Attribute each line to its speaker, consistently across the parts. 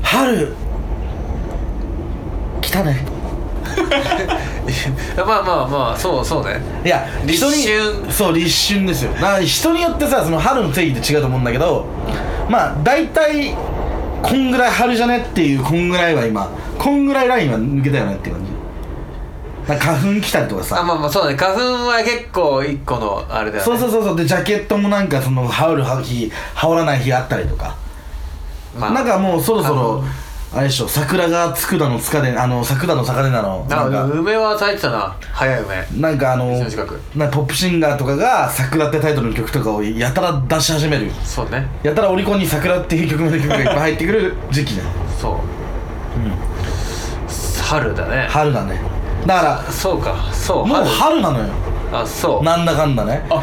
Speaker 1: 春来たね
Speaker 2: まあまあまあそうそうね
Speaker 1: いや
Speaker 2: 立春
Speaker 1: 人にそう立春ですよだから人によってさその春の定義って違うと思うんだけどまあ大体こんぐらい春じゃねっていうこんぐらいは今こんぐらいラインは抜けたよねっていう感じなんか花粉来たりとかさ
Speaker 2: あまあまあそうだね花粉は結構一個のあれだよね
Speaker 1: そうそうそうそうでジャケットもなんかその羽織る日羽織らない日あったりとか、
Speaker 2: まあ、
Speaker 1: なんかもうそろそろ
Speaker 2: あの
Speaker 1: あれでしょ桜が佃の塚であの桜の坂でなのな
Speaker 2: なんんか
Speaker 1: か
Speaker 2: 梅は咲いてたな早い梅
Speaker 1: なんかあの
Speaker 2: 店の近く
Speaker 1: なんかポップシンガーとかが「桜」ってタイトルの曲とかをやたら出し始める
Speaker 2: そうね
Speaker 1: やたらオリコンに「桜」っていう曲の曲がいっぱい入ってくる時期だ
Speaker 2: そう、春だね
Speaker 1: 春だねだから
Speaker 2: そうかそう
Speaker 1: もう春なのよ
Speaker 2: あそう
Speaker 1: なんだかんだね
Speaker 3: あ
Speaker 2: も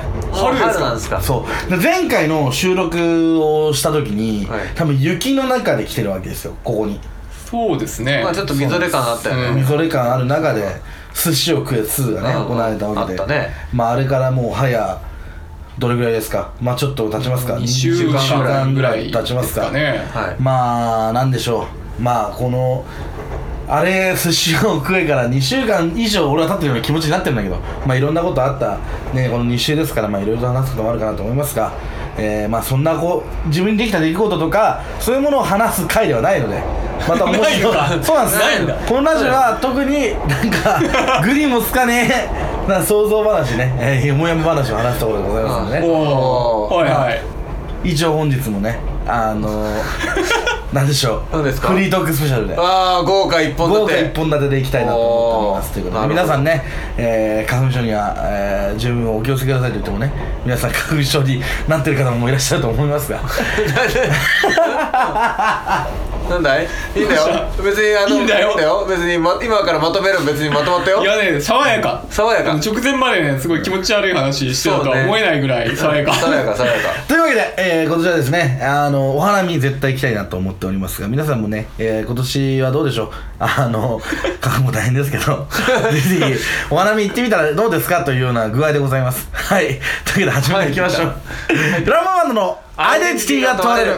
Speaker 2: う
Speaker 3: 春ですか
Speaker 2: なんですか
Speaker 1: そうで前回の収録をした時に、
Speaker 2: はい
Speaker 1: 多分雪の中で来てるわけですよここに
Speaker 3: そうですね、
Speaker 2: まあちょっとみぞれ感あったよね、
Speaker 3: うん
Speaker 1: みぞれ感ある中で寿司を食え2がね
Speaker 2: うん
Speaker 1: 行われたわけで
Speaker 2: あったね
Speaker 1: まああれからもう早どれぐらいですかまあちょっと経ちますか
Speaker 3: 2週
Speaker 1: 二
Speaker 3: 間ぐらい
Speaker 1: 経ちますか
Speaker 3: ね
Speaker 2: はい
Speaker 1: まあなんでしょうまあこのあれ寿司を食えから2週間以上俺は経ってるような気持ちになってるんだけどまあいろんなことあったねこの2週ですからまあいろいろと話すこともあるかなと思いますが、えーまあそんなこう自分にできた出来事とかそういうものを話す回ではないのでまた面白い
Speaker 3: ないのか
Speaker 1: そうなんです
Speaker 3: ないんだ
Speaker 1: このラジオは特になん かグリもつかねえなんか想像話ね、えー、よもやも話を話すところでございますのでね
Speaker 3: おーはいはい
Speaker 1: 一応本日もねあ のー、何でしょう
Speaker 2: 何ですか
Speaker 1: フリートークスペシャルで
Speaker 2: ああ豪華一本
Speaker 1: 豪
Speaker 2: 立
Speaker 1: 華
Speaker 2: て
Speaker 1: 一本立てでいきたいなと思っております
Speaker 2: おー
Speaker 1: ということで
Speaker 2: なる
Speaker 1: 皆
Speaker 2: ほ
Speaker 1: さ
Speaker 2: ど
Speaker 1: んね、えー花粉症には、えー十分お気をつけくださいと言ってもね皆さん花粉症になってる方もいらっしゃると思いますが
Speaker 2: なんだいいいんだよ別にあの
Speaker 3: いいんだよ
Speaker 2: 別に、ま、今からまとめる別にまとまったよ
Speaker 3: いやね爽やか
Speaker 2: 爽やか
Speaker 3: 直前までねすごい気持ち悪い話してたとは思えないぐらい爽やか
Speaker 2: 爽やか爽やか
Speaker 1: というわけで、えー今年はですねあのお花見絶対行きたいなと思っておりますが皆さんもね、えー今年はどうでしょうあ の花粉も大変ですけ どぜひぜひお花見行ってみたらどうですかというような具合でございますはいというわけで始めていきましょう、ドラマバンドのアイデンティティが問われる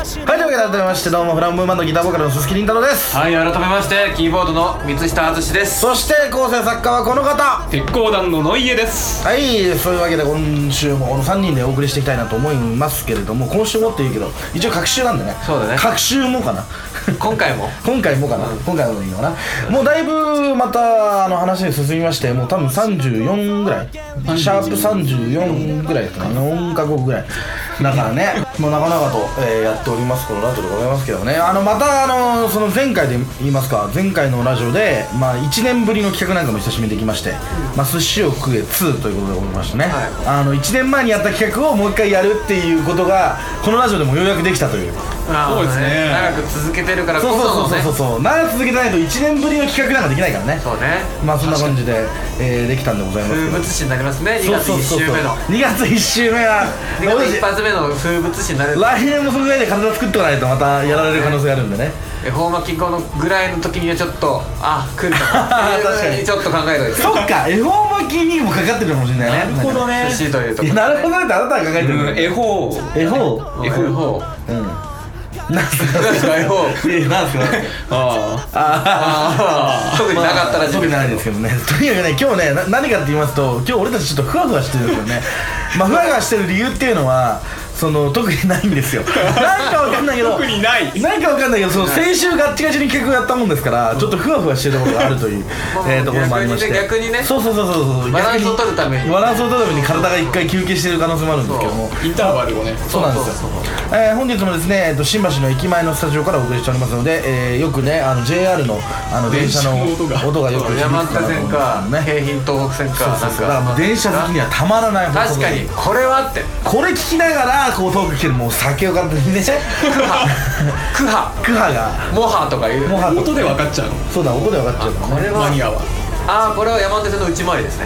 Speaker 1: はいというわけで改めましてどうもフランボーマンのギターボーカルの鈴木凛太郎です
Speaker 2: はい改めましてキーボードの三下敦です
Speaker 1: そして構成作家はこの方
Speaker 3: 鉄鋼団のノイエです
Speaker 1: はいそういうわけで今週もこの3人でお送りしていきたいなと思いますけれども今週もって言うけど一応隔週なんでね
Speaker 2: そうだね
Speaker 1: 隔週もかな
Speaker 2: 今回も
Speaker 1: 今回もかな、今回もいいのかな、もうだいぶまたあの話に進みましてもう多分34ぐらいシャープ34ぐらいですかね4か5ぐらいだからねもうなかなかと、えーやっておりますこのラジオでございますけどねあのまたあのその前回で言いますか前回のラジオで、まあ、1年ぶりの企画なんかも久しぶりにできまして「まあ、寿司を食え2」ということでございましてね、
Speaker 2: はい
Speaker 1: あの1年前にやった企画をもう一回やるっていうことがこのラジオでもようやくできたという
Speaker 2: そう
Speaker 3: そうですね
Speaker 2: 長く続けてるからこ
Speaker 1: そう
Speaker 2: そ
Speaker 1: そう
Speaker 2: の
Speaker 1: そう
Speaker 2: ね
Speaker 1: そうそう長く続けてないと1年ぶりの企画なんかできないからね
Speaker 2: そうね
Speaker 1: まあそんな感じで、えーできたんでございます
Speaker 2: 風
Speaker 1: けど
Speaker 2: 物詩になりますね2月
Speaker 1: そう
Speaker 2: 1
Speaker 1: そうそう
Speaker 2: 週
Speaker 1: そう
Speaker 2: 目の
Speaker 1: 2月1週目は
Speaker 2: 2月一発目の風物詩になる
Speaker 1: 来年もそのぐらいで体作っておかないとまたやられる可能性があるんでね
Speaker 2: 恵方巻き後のぐらいの時にはちょっとあ来るかも
Speaker 1: 確かに
Speaker 2: ちょっと考えといて
Speaker 1: そっか恵方巻きにもかかってるかもしれないね
Speaker 3: どね
Speaker 2: 寿司というと
Speaker 1: い
Speaker 2: こ
Speaker 1: や
Speaker 2: ろ
Speaker 1: なるほどねってあなたが考えてるんだ
Speaker 3: うん
Speaker 1: よ
Speaker 3: 絵法
Speaker 1: 恵 方
Speaker 2: 恵方
Speaker 1: うんなん すか
Speaker 2: 恵方
Speaker 1: いやなんすか
Speaker 3: ああ
Speaker 2: あー特になかったらしい
Speaker 1: 特にないですけどねとにかくね今日ね な何かって言いますと今日俺たちちょっとふわふわしてるんですよねまあふわふわしてる理由っていうのはその特にないんですよなんかわかんないけど
Speaker 3: 特にない
Speaker 1: なんかわかんないけどその先週ガッチガチに企画やったもんですからちょっとふわふわしてるところがあるという、えーところもありまして
Speaker 2: 逆にね逆にね
Speaker 1: そうそうそうそうそう
Speaker 2: バランスを取るために
Speaker 1: バランスを取るために体が一回休憩してる可能性もあるんですけども
Speaker 3: インターバルをね
Speaker 1: そうなんですよ
Speaker 2: そうそう
Speaker 1: えー本日もですね、えー、と新橋の駅前のスタジオからお送りしておりますので、えーよくねあの JR のあの電車の
Speaker 3: 電車の音が
Speaker 1: 音がよく響く
Speaker 2: 山手線か
Speaker 1: ね
Speaker 2: 京浜東北線
Speaker 1: そ
Speaker 2: か
Speaker 1: う
Speaker 2: な
Speaker 1: そ
Speaker 2: ん
Speaker 1: うそうだからも
Speaker 2: か
Speaker 1: う電車好きにはたまらない放
Speaker 2: 確
Speaker 1: 送
Speaker 2: かにこれは って
Speaker 1: これ聞きながらこうトーク来てるもう酒を片手にね
Speaker 2: クハクハ
Speaker 1: クハが
Speaker 2: モハとかいう
Speaker 1: もは
Speaker 3: 音で分かっちゃうの
Speaker 1: そうだ音で分かっちゃうから
Speaker 2: こ
Speaker 1: ね
Speaker 2: れ
Speaker 3: マニ
Speaker 2: は
Speaker 3: アは
Speaker 2: ああこれは山手線の内回りですね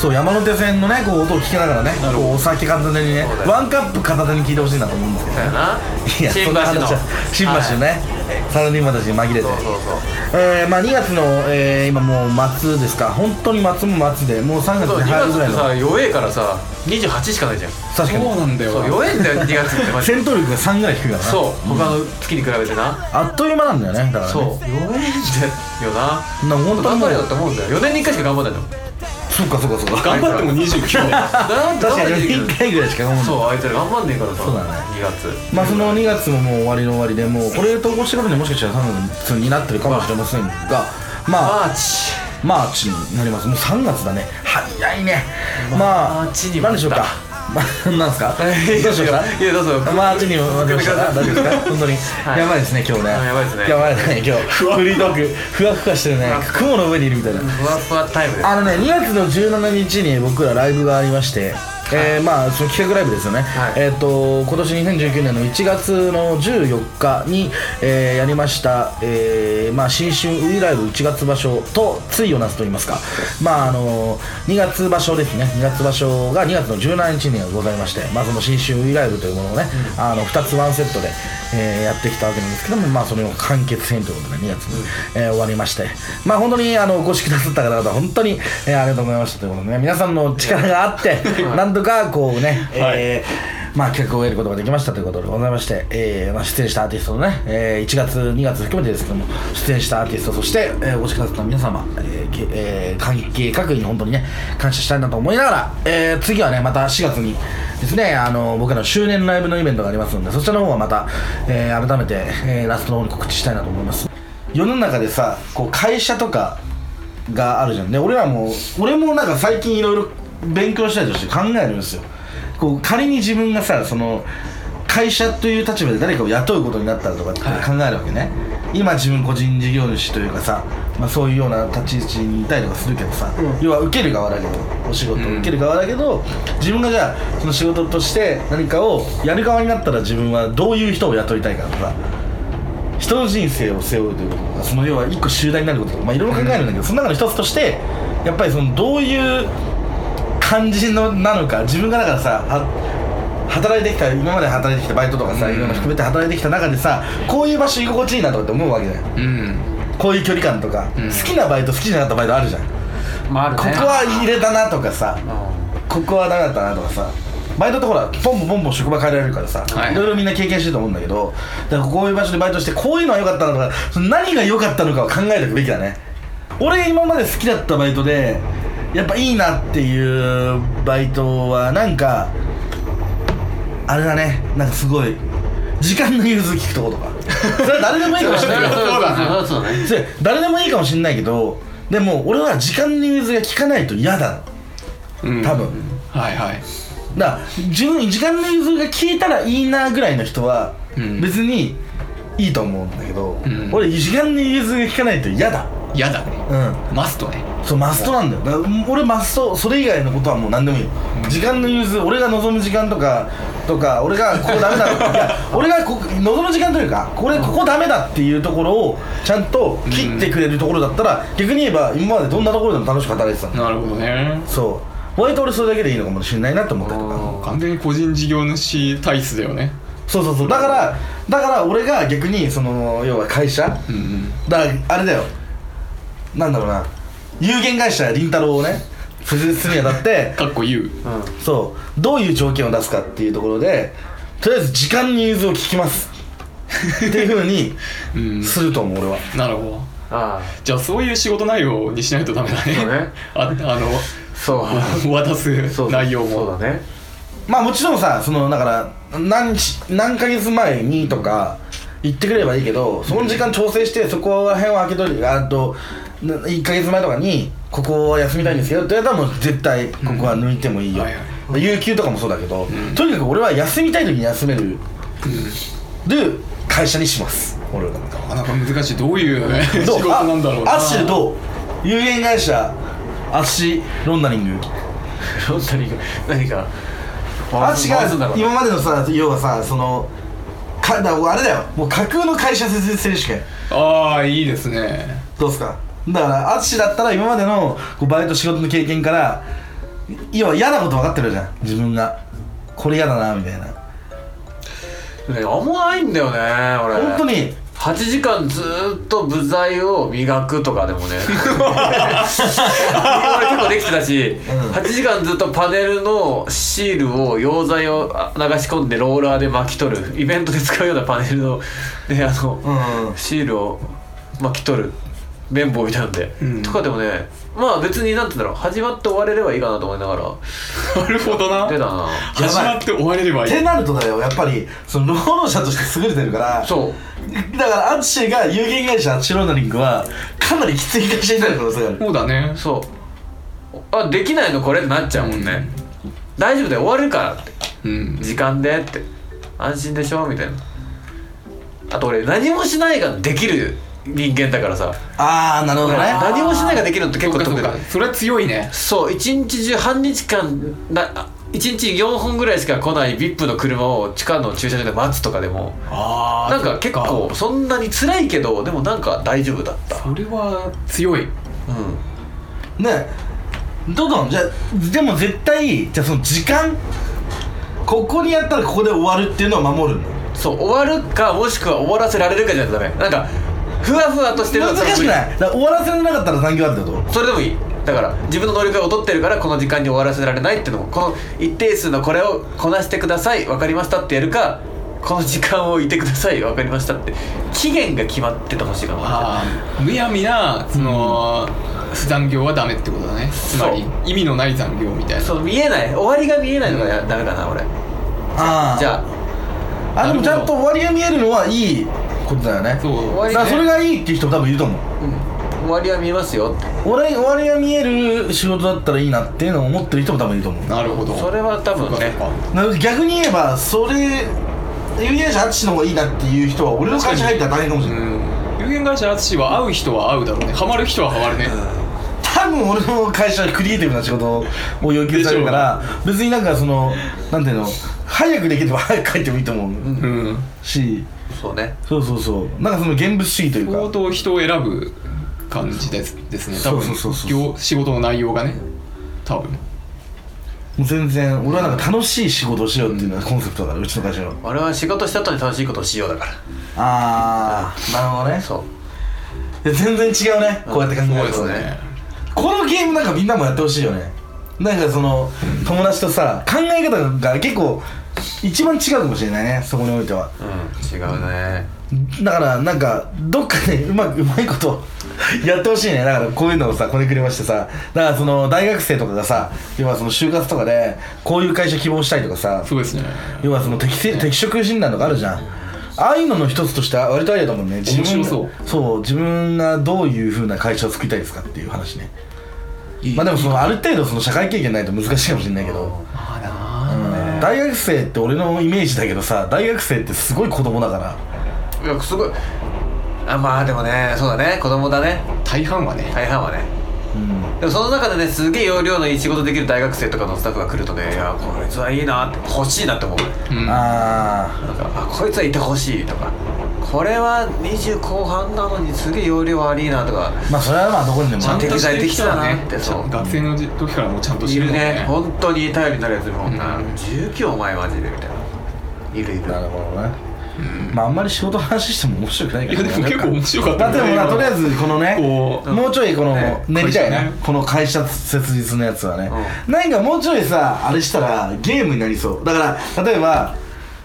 Speaker 1: そう山手線のねこう音を聞きながらね
Speaker 3: なるほど
Speaker 1: こうお酒片手にね
Speaker 2: そうだよ
Speaker 1: ワンカップ片手に聞いてほしいなと思うんですけど
Speaker 2: だよな
Speaker 1: ねいやそんな話は新橋の
Speaker 2: ね
Speaker 1: ねサラリーマンたちに紛れて
Speaker 2: そうそうそう
Speaker 1: えーまあ2月の、えー今もう末ですか本当に末も末でもう3月
Speaker 2: そう
Speaker 1: に
Speaker 2: 2
Speaker 1: 入る
Speaker 2: 月
Speaker 1: ぐ
Speaker 2: っ
Speaker 1: らい
Speaker 2: て
Speaker 1: の
Speaker 2: さ弱えからさ28しかないじゃん
Speaker 1: 確か
Speaker 3: そう
Speaker 1: に
Speaker 3: なんだ
Speaker 2: そう
Speaker 3: よ
Speaker 2: 弱えんだよ2月ってマジ で
Speaker 1: 戦闘力が3ぐらい低いからな
Speaker 2: そう他の月に比べてな
Speaker 1: あっという間なんだよねだからね
Speaker 2: そう弱えんだよ
Speaker 1: な
Speaker 2: な
Speaker 1: 本当
Speaker 2: 頑
Speaker 1: に
Speaker 2: 張
Speaker 1: もう
Speaker 2: れよって思うんだよ4年に1回しか頑張んないの
Speaker 1: そっかそっかそっか
Speaker 3: 頑張っても29だ
Speaker 2: なん
Speaker 1: 確かに
Speaker 2: 頑張んねえ
Speaker 1: 1
Speaker 2: け
Speaker 1: 回ぐらいしか思う
Speaker 2: ど
Speaker 1: ん
Speaker 2: そうあいつら頑張んねえからさ
Speaker 1: そうだね
Speaker 2: 2月
Speaker 1: まあその2月ももう終わりの終わりでもうこれ投稿してからねもしかしたら3月になってるかもしれませんがまあ
Speaker 2: マーチ
Speaker 1: マーチになりますもう3月だね早いねまあ
Speaker 2: マーチに
Speaker 1: 何でしょうかまあなんですかどうしましょうか
Speaker 2: いやどうぞ
Speaker 1: マーチにも待ってま した大丈夫ですか本当に、
Speaker 2: い
Speaker 1: やばいですね今日ね
Speaker 2: やばいですね
Speaker 1: やばいね今日
Speaker 3: ふわふわ
Speaker 1: フリートークふわふわしてるね雲の上にいるみたいな
Speaker 2: ふわふわタイムです
Speaker 1: あのね2月の17日に僕らライブがありまして、えーまあその企画ライブですよね、
Speaker 2: はい
Speaker 1: えっ、と今年2019年の1月の14日に、えーやりました、えーまあ新春ウイライブ1月場所とついをなすと言いますかまああの2月場所ですね2月場所が2月の17日にはございましてまあその新春ウイライブというものをね、あの2つワンセットで、えーやってきたわけなんですけどもまあそれを完結編ということで2月に、えー終わりましてまあ本当にあのお越しくださった方々本当に、えーありがとうございましたということでね皆さんの力があってなんとかこうね、
Speaker 3: はい
Speaker 1: えーまあ、企画を得ることができましたということでございまして、えーまあ、出演したアーティストのね、えー1月2月含めてですけども出演したアーティストそして、えーお越しくださった皆様、えーけえー関係各位に本当にね感謝したいなと思いながら、えー次はねまた4月にですねあの僕らの周年ライブのイベントがありますのでそちらの方はまた、えー改めて、えーラストの方に告知したいなと思います世の中でさこう会社とかがあるじゃんね俺らも俺もなんか最近いろいろ勉強したりとして考えるんですよこう仮に自分がさその会社という立場で誰かを雇うことになったらとかって考えるわけね、今自分個人事業主というかさ、まあ、そういうような立ち位置にいたりとかするけどさ、要は受ける側だけどお仕事を受ける側だけど、自分がじゃあその仕事として何かをやる側になったら自分はどういう人を雇いたいかとか人の人生を背負うということその要は一個集団になることとかまあいろいろ考えるんだけど、その中の一つとしてやっぱりそのどういう感じのなのか自分がだからさは働いてきた今まで働いてきたバイトとかさ、いろんな含めて働いてきた中でさこういう場所居心地いいなとかって思うわけじゃん
Speaker 3: うん
Speaker 1: こういう距離感とか、好きなバイト好きじゃなかったバイトあるじゃん、
Speaker 2: まああるね
Speaker 1: ここは入れたなとかさ
Speaker 2: う
Speaker 1: ここはダメだったなとかさバイトってほらポンポンポンポン職場変えられるからさ、
Speaker 3: はい
Speaker 1: いろいろみんな経験してると思うんだけどだからこういう場所でバイトしてこういうのは良かったなとかその何が良かったのかを考えておくべきだね俺今まで好きだったバイトでやっぱいいなっていうバイトはなんかあれだねなんかすごい時間の融通聞くとことかそれは誰でもいいかもしれないけど
Speaker 2: そうだねそうだね
Speaker 1: それ誰でもいいかもしんないけどでも俺は時間の融通が効かないと嫌だ
Speaker 3: うん
Speaker 1: の多分、
Speaker 3: はいはい
Speaker 1: だから自分時間の融通が効いたらいいなぐらいの人は
Speaker 3: うん
Speaker 1: 別にいいと思うんだけど、
Speaker 3: うん
Speaker 1: 俺時間の融通が効かないと嫌だ
Speaker 3: 嫌だね
Speaker 1: うん
Speaker 3: マストね
Speaker 1: そうマストなんだよだから俺マストそれ以外のことはもう何でもいいよ、時間の融通俺が望む時間とかとか俺がここダメだい や俺がこ望む時間というかこれここダメだっていうところをちゃんと切ってくれるところだったら、逆に言えば今までどんなところでも楽しく働いてたの
Speaker 3: なるほどね
Speaker 1: そう割と俺それだけでいいのかもしれないなと思ったりとか
Speaker 3: 完全に個人事業主体質だよね
Speaker 1: そうそうそうだからだから俺が逆にその要は会社
Speaker 3: うんうん
Speaker 1: だからあれだよなんだろうな有限会社りんたろーをね設立するにあたって
Speaker 3: かっこ言う
Speaker 1: そうどういう条件を出すかっていうところでとりあえず時間に融通を聞きますっていうふうに
Speaker 3: うん
Speaker 1: すると思う俺は
Speaker 3: なるほど
Speaker 2: ああ
Speaker 3: じゃあそういう仕事内容にしないとダメだね
Speaker 2: そうね
Speaker 3: ああ
Speaker 2: そう
Speaker 3: の渡す
Speaker 2: そう
Speaker 3: 内容も
Speaker 2: そうだね
Speaker 1: まあもちろんさそのだから何し何ヶ月前にとか言ってくれればいいけどその時間調整してそこら辺を開けとりあとな1ヶ月前とかにここは休みたいんですけどって言われたらもう絶対ここは抜いてもいいよ、
Speaker 3: はいはい
Speaker 1: 有給とかもそうだけど、とにかく俺は休みたい時に休める、で会社にします俺は
Speaker 3: なかなか難しいどういうね仕
Speaker 1: どう
Speaker 3: 事なんだろう
Speaker 1: あ
Speaker 3: な
Speaker 1: アッシュどう有限会社アッシーロンダリング
Speaker 2: ロンダリング何か
Speaker 1: あ違
Speaker 2: 回すんだろ
Speaker 1: う
Speaker 2: うな
Speaker 1: 今までのさ要はさそのかだあれだよもう架空の会社設立選手権
Speaker 3: ああいいですね
Speaker 1: どうすかだから淳だったら今までのこうバイト仕事の経験から要は嫌なこと分かってるじゃん自分がこれ嫌だなみたいな
Speaker 2: ねあんまないんだよね俺
Speaker 1: 本当に
Speaker 2: 8時間ずーっと部材を磨くとかでもね 俺結構できてたし、
Speaker 1: ん
Speaker 2: 8時間ずっとパネルのシールを溶剤を流し込んでローラーで巻き取るイベントで使うようなパネルのであの、
Speaker 1: うん
Speaker 2: シールを巻き取る綿棒みたいなんで、
Speaker 3: うん
Speaker 2: とかでもねまあ別になんて言うんだろう始まって終われればいいかなと思いながら
Speaker 3: なるほどな
Speaker 2: 出たな
Speaker 3: 始まって終われれば
Speaker 1: っ
Speaker 3: いい
Speaker 1: てなるとだよやっぱりその労働者として優れてるから
Speaker 2: そう
Speaker 1: だから淳が有限会社アッシュロンダリングはかなりきつい会社になる可能性がある
Speaker 3: そうだね
Speaker 2: そうあできないのこれってなっちゃうもんね、大丈夫だよ終わるからって
Speaker 3: うん
Speaker 2: 時間でって安心でしょみたいなあと俺何もしないができる人間だからさ
Speaker 1: ああなるほどね
Speaker 2: 何もしないができるのって結
Speaker 3: そ
Speaker 2: 構
Speaker 3: う
Speaker 2: 得意だ
Speaker 3: かそうかそれは強いね
Speaker 2: そう一日中半日間な一日4本ぐらいしか来ない VIP の車を地下の駐車場で待つとかでも
Speaker 3: あ
Speaker 2: なんか結構そんなに辛いけどでもなんか大丈夫だった
Speaker 3: それは強い
Speaker 2: うん
Speaker 1: ねどうだろうじゃあでも絶対じゃあその時間ここにやったらここで終わるっていうのは守るの
Speaker 2: そう終わるかもしくは終わらせられるかじゃダメなんかふわふわとしてるの
Speaker 1: 難
Speaker 2: は
Speaker 1: しくないだから終わらせられなかったら残業あるってこと
Speaker 2: それでもいいだから自分の能力が劣ってるからこの時間に終わらせられないっていうのもこの一定数のこれをこなしてください分かりましたってやるかこの時間をいてください分かりましたって期限が決まっててほしいかな
Speaker 3: ああむやみなその、残業はダメってことだねつまり
Speaker 2: そ
Speaker 3: 意味のない残業みたいな
Speaker 2: そう見えない終わりが見えないのがやダメだな俺
Speaker 1: ああ
Speaker 2: じゃ
Speaker 1: あ
Speaker 2: あ
Speaker 1: でもちゃんと終わりが見えるのはいいことだよね
Speaker 3: そう
Speaker 2: 終わ
Speaker 1: だ
Speaker 2: り
Speaker 1: から
Speaker 2: ね
Speaker 1: それがいいっていう人も多分いると思う
Speaker 2: うん終わりは見えますよって
Speaker 1: 俺終わりが見える仕事だったらいいなっていうのを思ってる人も多分いると思う
Speaker 3: なるほど
Speaker 2: それは多分ね
Speaker 3: そうかそうか
Speaker 1: なので逆に言えばそれ有限会社淳の方がいいなっていう人は俺の会社入ったら大変かもしれない
Speaker 3: うん有限会社淳は会う人は会うだろうねハマる人はハマるね、
Speaker 1: 多分俺の会社はクリエイティブな仕事を要求されるから別になんかそのなんていうの早くできれば早く帰ってもいいと思う
Speaker 3: うん、
Speaker 1: し
Speaker 2: そうね
Speaker 1: そうそうそうなんかその現物主義という
Speaker 3: 相
Speaker 1: か
Speaker 3: 当人を選ぶ感じですですね多分
Speaker 1: そうそうそうそう
Speaker 3: 業仕事の内容がね多分
Speaker 1: もう全然俺はなんか楽しい仕事をしようっていうのがコンセプトだからうちの会社は
Speaker 2: 俺は仕事した後に楽しいことをしようだか
Speaker 1: ああなるほど
Speaker 2: ら
Speaker 1: ね
Speaker 2: そう
Speaker 1: いや全然違うねこうやって考え
Speaker 3: そう
Speaker 1: る
Speaker 3: で
Speaker 1: と
Speaker 3: す
Speaker 1: ね
Speaker 3: ね
Speaker 1: このゲームなんかみんなもやってほしいよねなんかその友達とさ考え方が結構一番違うかもしれないねそこにおいては
Speaker 2: うん違うね
Speaker 1: だからなんかどっかで うまくうまいことやってほしいねだからこういうのをさこねくりましてさだからその大学生とかがさ要はその就活とかでこういう会社希望したいとかさ
Speaker 3: そうですね
Speaker 1: 要はその適正適職診断とかあるじゃんああいうのの一つとしては割とありだと思うね自分
Speaker 3: 面白そう
Speaker 1: そう自分がどういう風な会社を作りたいですかっていう話ねまあでもそのある程度その社会経験ないと難しいかもしれないけど
Speaker 3: あら
Speaker 1: うん大学生って俺のイメージだけどさ大学生ってすごい子供だから
Speaker 2: いやすごいあまあでもねそうだね子供だね
Speaker 3: 大半はね
Speaker 2: 大半はね
Speaker 1: うん
Speaker 2: でもその中でねすげえ容量のいい仕事できる大学生とかのスタッフが来るとねいやこいつはいいなって欲しいなって思う
Speaker 3: うん
Speaker 1: あ
Speaker 2: なんかあこいつはいてほしいとかこれは20後半なのにすげえ容量悪いなとか
Speaker 1: あまあそれはまあどこにでも
Speaker 3: ちゃ
Speaker 1: あ
Speaker 3: ん
Speaker 1: る
Speaker 3: としてる人はね
Speaker 2: 適材適所だなってそう
Speaker 3: 学生の時からもうちゃんとし
Speaker 2: い
Speaker 3: てる
Speaker 2: る
Speaker 3: もん
Speaker 2: ね本当に頼りになるやつも
Speaker 3: うん
Speaker 2: な19お前マジでみたいないるいる
Speaker 1: なるほどねまああんまり仕事の話しても面白くないけ
Speaker 3: い
Speaker 1: ど
Speaker 3: やでも結構面白かった
Speaker 1: まあでもなとりあえずこのね
Speaker 3: こう
Speaker 1: もうちょいこの
Speaker 2: ね
Speaker 1: 練りたい
Speaker 3: こう
Speaker 1: な
Speaker 3: ですね
Speaker 1: この会社設立のやつはねなんかもうちょいさあれしたらゲームになりそうだから例えば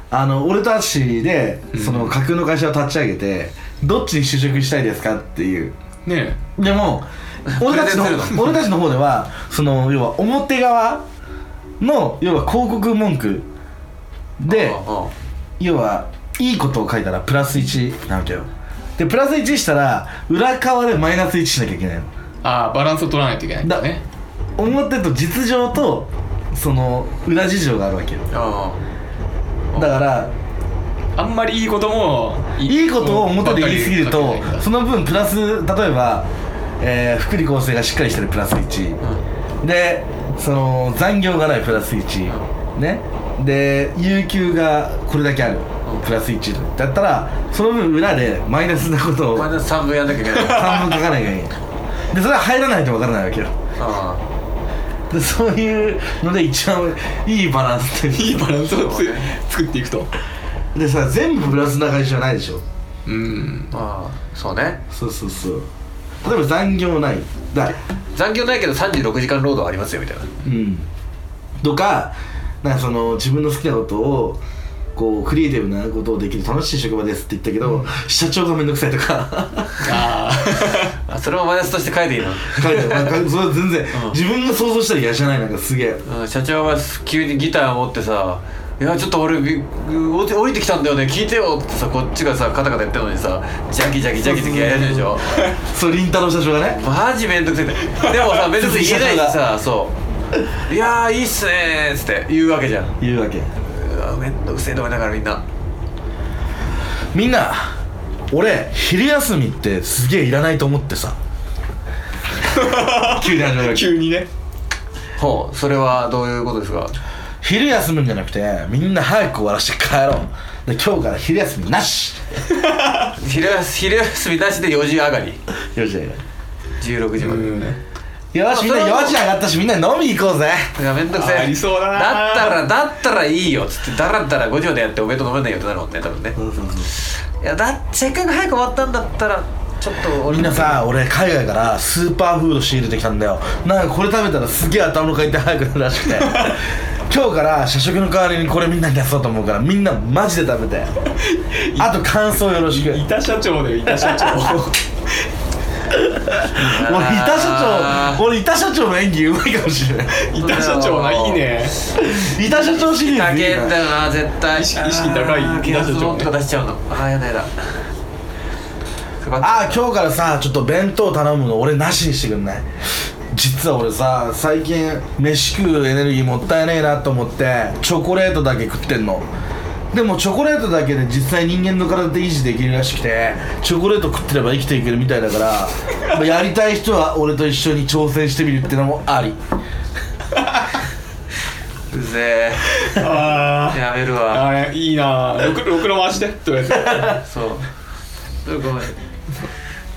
Speaker 1: あの俺とアッシーでその架空の会社を立ち上げてどっちに就職したいですかっていう
Speaker 3: ね
Speaker 1: でも俺たちの
Speaker 2: プレゼンする
Speaker 1: 俺たちの方ではその要は表側の要は広告文句で
Speaker 2: うんうん
Speaker 1: 要はいいことを書いたらプラス1なわけよでプラス1したら裏側でマイナス1しなきゃいけないの
Speaker 3: ああバランスを取らないといけないんだね
Speaker 1: 表と実情とその裏事情があるわけよ
Speaker 2: あ
Speaker 1: だから
Speaker 3: あんまりいいことも
Speaker 1: いいことを表で言い過ぎる
Speaker 3: ばっ
Speaker 1: と
Speaker 3: かり書けないんだ
Speaker 1: その分プラス例えば、えー福利厚生がしっかりしてるプラス1、でその残業がないプラス1、ねで有給がこれだけある、プラス1だったらその分裏でマイナスなことを
Speaker 2: あマイナス3分やんなきゃいけ ないあ
Speaker 1: 半分書かないがいいでそれは入らないとわからないわけよ
Speaker 2: あ
Speaker 1: でそういうので一番いいバランスと
Speaker 3: い
Speaker 1: い
Speaker 3: いうバランスを
Speaker 2: そう
Speaker 3: つ
Speaker 2: ね
Speaker 3: 作っていくと
Speaker 1: でさ全部プラスな感じじゃないでしょ
Speaker 3: うん
Speaker 2: まあそうね
Speaker 1: そうそうそう例えば残業ないだ
Speaker 2: 残業ないけど36時間労働ありますよみたいな
Speaker 1: うんとかなんかその自分の好きなことをこうクリエイティブなことをできる楽しい職場ですって言ったけど、社長がめんどくさいとか
Speaker 3: ああ
Speaker 2: あそれをマイナスとして書いていいの
Speaker 1: 書いてあるなんかそれは全然、
Speaker 2: うん
Speaker 1: 自分が想像したら嫌じゃないなんかすげえ
Speaker 2: うん社長が急にギターを持ってさ「いやちょっと俺び降り降りてきたんだよね聞いてよ」ってさこっちがさカタカタ言ってるのにさジャキジャキジャキジャキやるでしょ
Speaker 1: そうりんたろー社長がね
Speaker 2: マジめんどくせえんだよでもさめんどくせえ言えない しさそう「いやーいいっすね」っつって言うわけじゃん
Speaker 1: 言うわけ
Speaker 2: うわめんどくせえとかだからみんな
Speaker 1: みんな俺昼休みってすげえいらないと思ってさ急に始ま るわけ
Speaker 3: 急にね
Speaker 2: ほうそれはどういうことですか
Speaker 1: 昼休むんじゃなくてみんな早く終わらして帰ろうで今日から昼休みなし
Speaker 2: 昼休昼休みなしで4時上がり
Speaker 1: よしよし
Speaker 2: 16時まで、
Speaker 3: うん
Speaker 1: よしみんな4時上がったしみんなで飲み行こうぜ
Speaker 2: いやめんどくせえ
Speaker 3: ありそうだな
Speaker 2: だったらだったらいいよっつってだらだら5時までやってお弁当飲めないよってなるもんね多分ねいやだせっかく早く終わったんだったらちょっと俺
Speaker 1: みんなさ俺海外からスーパーフード仕入れてきたんだよなんかこれ食べたらすげえ頭の回転早くなるらしくて今日から社食の代わりにこれみんなに出そうと思うからみんなマジで食べてあと感想よろしく
Speaker 3: いた社長だよいた社長
Speaker 1: 俺
Speaker 2: あー
Speaker 1: 板社長俺板社長の演技うまいかもしれない
Speaker 3: いた社長ないいね
Speaker 1: 板社長シリー
Speaker 2: 高
Speaker 1: ズいい
Speaker 2: えんだ
Speaker 1: な
Speaker 2: よな絶対
Speaker 3: 意識意識高い
Speaker 2: あー
Speaker 3: 気
Speaker 2: 気
Speaker 3: がす
Speaker 2: 圧
Speaker 3: る
Speaker 2: ボンとか出しちゃうのああやだやだ
Speaker 1: ああ
Speaker 2: あ
Speaker 1: 今日からさちょっと弁当頼むの俺なしにしてくんない実は俺さ最近飯食うエネルギーもったいねえなと思ってチョコレートだけ食ってんのでもチョコレートだけで実際人間の体で維持できるらしくてチョコレート食ってれば生きていけるみたいだからまあやりたい人は俺と一緒に挑戦してみるってのもあり
Speaker 2: うぜ
Speaker 3: あ
Speaker 2: えやめる
Speaker 3: あ
Speaker 2: わ
Speaker 3: あーいいなろくろくろ回してとりあえず
Speaker 2: そうそれごめん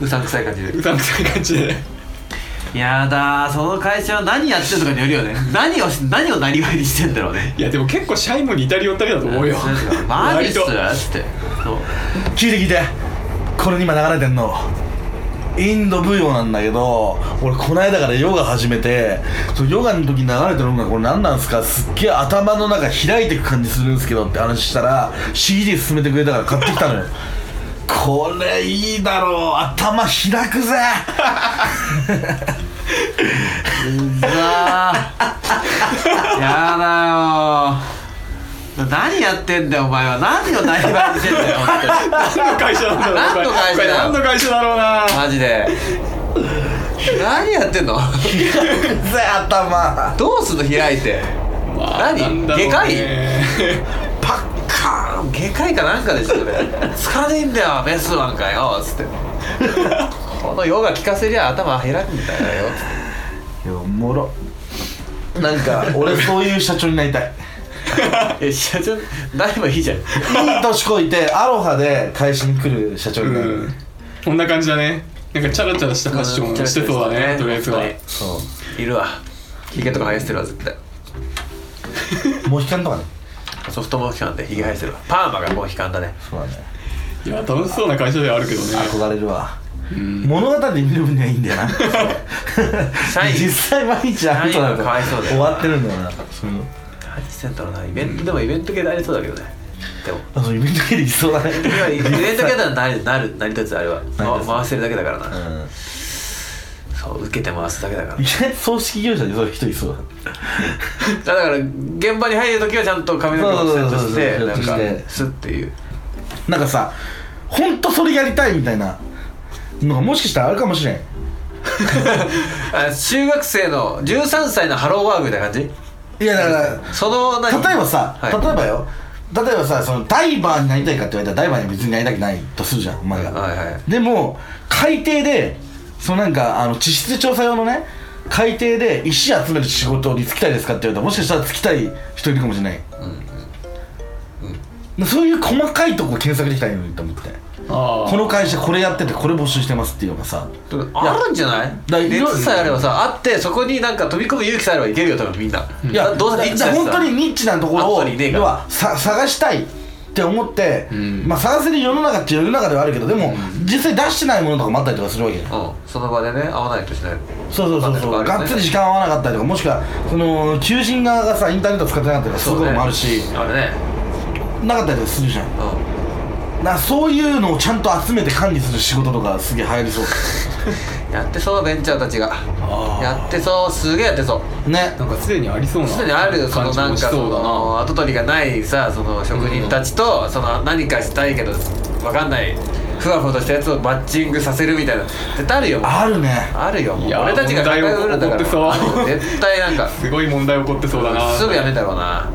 Speaker 2: うさんくさい感じで
Speaker 3: うさんくさい感じで
Speaker 2: やだーその会社は何やってるのかによるよね何をし何をなりわいにしてんだろうね
Speaker 3: いやでも結構シャイも似たり寄ったりだと思うよ
Speaker 2: マジっすっ
Speaker 3: 割と
Speaker 2: つってそう
Speaker 1: 聞いて聞いてこれに今流れてんのインド舞踊なんだけど俺こないだからヨガ始めてそうヨガの時に流れてる音楽これ何なんすかすっげえ頭の中開いてく感じするんですけどって話したら CD 勧めてくれたから買ってきたのよ これいいだろう頭開くぜ
Speaker 2: うわーやだよー何やってんだよお前は何をなりわいにしてんだよ本当に
Speaker 3: 何の会社なんだろう
Speaker 2: 何の会社
Speaker 3: これ何の会社だろうな
Speaker 2: マジで何やってんの
Speaker 1: 開くぜ頭
Speaker 2: どうすんの開いて何
Speaker 3: なんだろうね
Speaker 2: 外科医パッカーン外科医かなんかでしょそれ疲れねえんだよメスなんかよつってこのヨガ聞かせりゃ頭減らんだよつって
Speaker 1: いやおもろなんか俺そういう社長になりたい
Speaker 2: え社長何もいいじゃん
Speaker 1: いい年こいてアロハで会社に来る社長になる、
Speaker 3: うんこんな感じだねなんかチャラチャラしたファッションをしてそうだねとりあえずは
Speaker 2: そういるわヒゲとか生やしてるわ絶対
Speaker 1: モヒカンとかね
Speaker 2: ソフトモヒカンでヒゲ生やしてるわパーマがモヒカンだね
Speaker 1: そうだね
Speaker 3: いや楽しそうな会社ではあるけどね
Speaker 1: 憧れるわ、物語で見る分にはいいんだよな
Speaker 2: 社員
Speaker 1: 実際毎日会うとなん
Speaker 2: 社員がかわいそうだよ
Speaker 1: 終わってるんだよなそういうの
Speaker 2: 何してんだろうなイベントでもイベント系でありそうだけどねでも
Speaker 1: あそうイベント系でいそうだね
Speaker 2: いやイベント系ではなるなる成り立つあれは、
Speaker 1: 成り
Speaker 2: ま
Speaker 1: 立つ
Speaker 2: 回してるだけだからな、
Speaker 1: うん
Speaker 2: そう受けて回すだけだから
Speaker 1: いきなり葬式業者でそういう人いそう
Speaker 2: だから現場に入る時はちゃんと髪の毛をセットして
Speaker 1: そう
Speaker 2: な
Speaker 1: そ
Speaker 2: ん
Speaker 1: うそうそうセット
Speaker 2: か
Speaker 1: して
Speaker 2: すっていう
Speaker 1: なんかさほんとそれやりたいみたいなのがもしかしたらあるかもしれん
Speaker 2: あ中学生の13歳のハローワークみたいな感じ
Speaker 1: いやだから
Speaker 2: その何
Speaker 1: 例えばさ、
Speaker 2: はい
Speaker 1: 例えばよ例えばさそのダイバーになりたいかって言われたらダイバーには別になりたくないとするじゃんお前が、
Speaker 2: はいはい
Speaker 1: でも海底でそのなんかあの地質調査用のね海底で石集める仕事に就きたいですかって言われたらもしかしたら就きたい人いるかもしれない、そういう細かいとこ検索できたらいいのにと思って
Speaker 3: あ
Speaker 1: この会社これやっててこれ募集してますっていうのがさ
Speaker 2: あるんじゃない
Speaker 1: だいろいろ
Speaker 2: 熱さえあればさあってそこになんか飛び込む勇気さえあればいけるよ多分みんな、
Speaker 1: いや、
Speaker 2: どうせ
Speaker 1: だ
Speaker 2: リッチ
Speaker 1: だ
Speaker 2: だしさ
Speaker 1: 本当にニッチなところ
Speaker 2: あ
Speaker 1: を
Speaker 2: とにねえが
Speaker 1: 要はさ探したいって思って、
Speaker 3: ん
Speaker 1: まあ探せる世の中っていう世の中ではあるけどでも、実際出してないものとかもあったりとかするわけじゃん
Speaker 2: うんその場でね会わないとしない
Speaker 1: そうそうそうそう、
Speaker 2: わかん
Speaker 1: がっ
Speaker 2: ない
Speaker 1: つ
Speaker 2: とかあるよね
Speaker 1: り時間合わなかったりとかもしくはその求人側がさインターネット使ってなかったりとかすることもあるし、
Speaker 2: そうねあれね
Speaker 1: なかったりとかするじゃんだ
Speaker 2: うん
Speaker 1: からそういうのをちゃんと集めて管理する仕事とかすげえ流行りそう
Speaker 2: やってそうベンチャーたちがやってそうすげえやってそう
Speaker 1: ね
Speaker 3: なんかすでにありそうな
Speaker 2: すでにあるよそのなん
Speaker 3: 感
Speaker 2: か
Speaker 3: じもし
Speaker 2: そ
Speaker 3: そうだな
Speaker 2: の跡取りがないさその職人たちと、その何かしたいけどわかんないふわふわとしたやつをマッチングさせるみたいな絶対あるよ
Speaker 1: あるね
Speaker 2: あるよもう
Speaker 3: いやー
Speaker 2: 俺たちが考えうるんだから
Speaker 3: 問題起こってそう
Speaker 2: 絶対なんか
Speaker 3: すごい問題起こってそうだな
Speaker 2: すぐやめたろうな、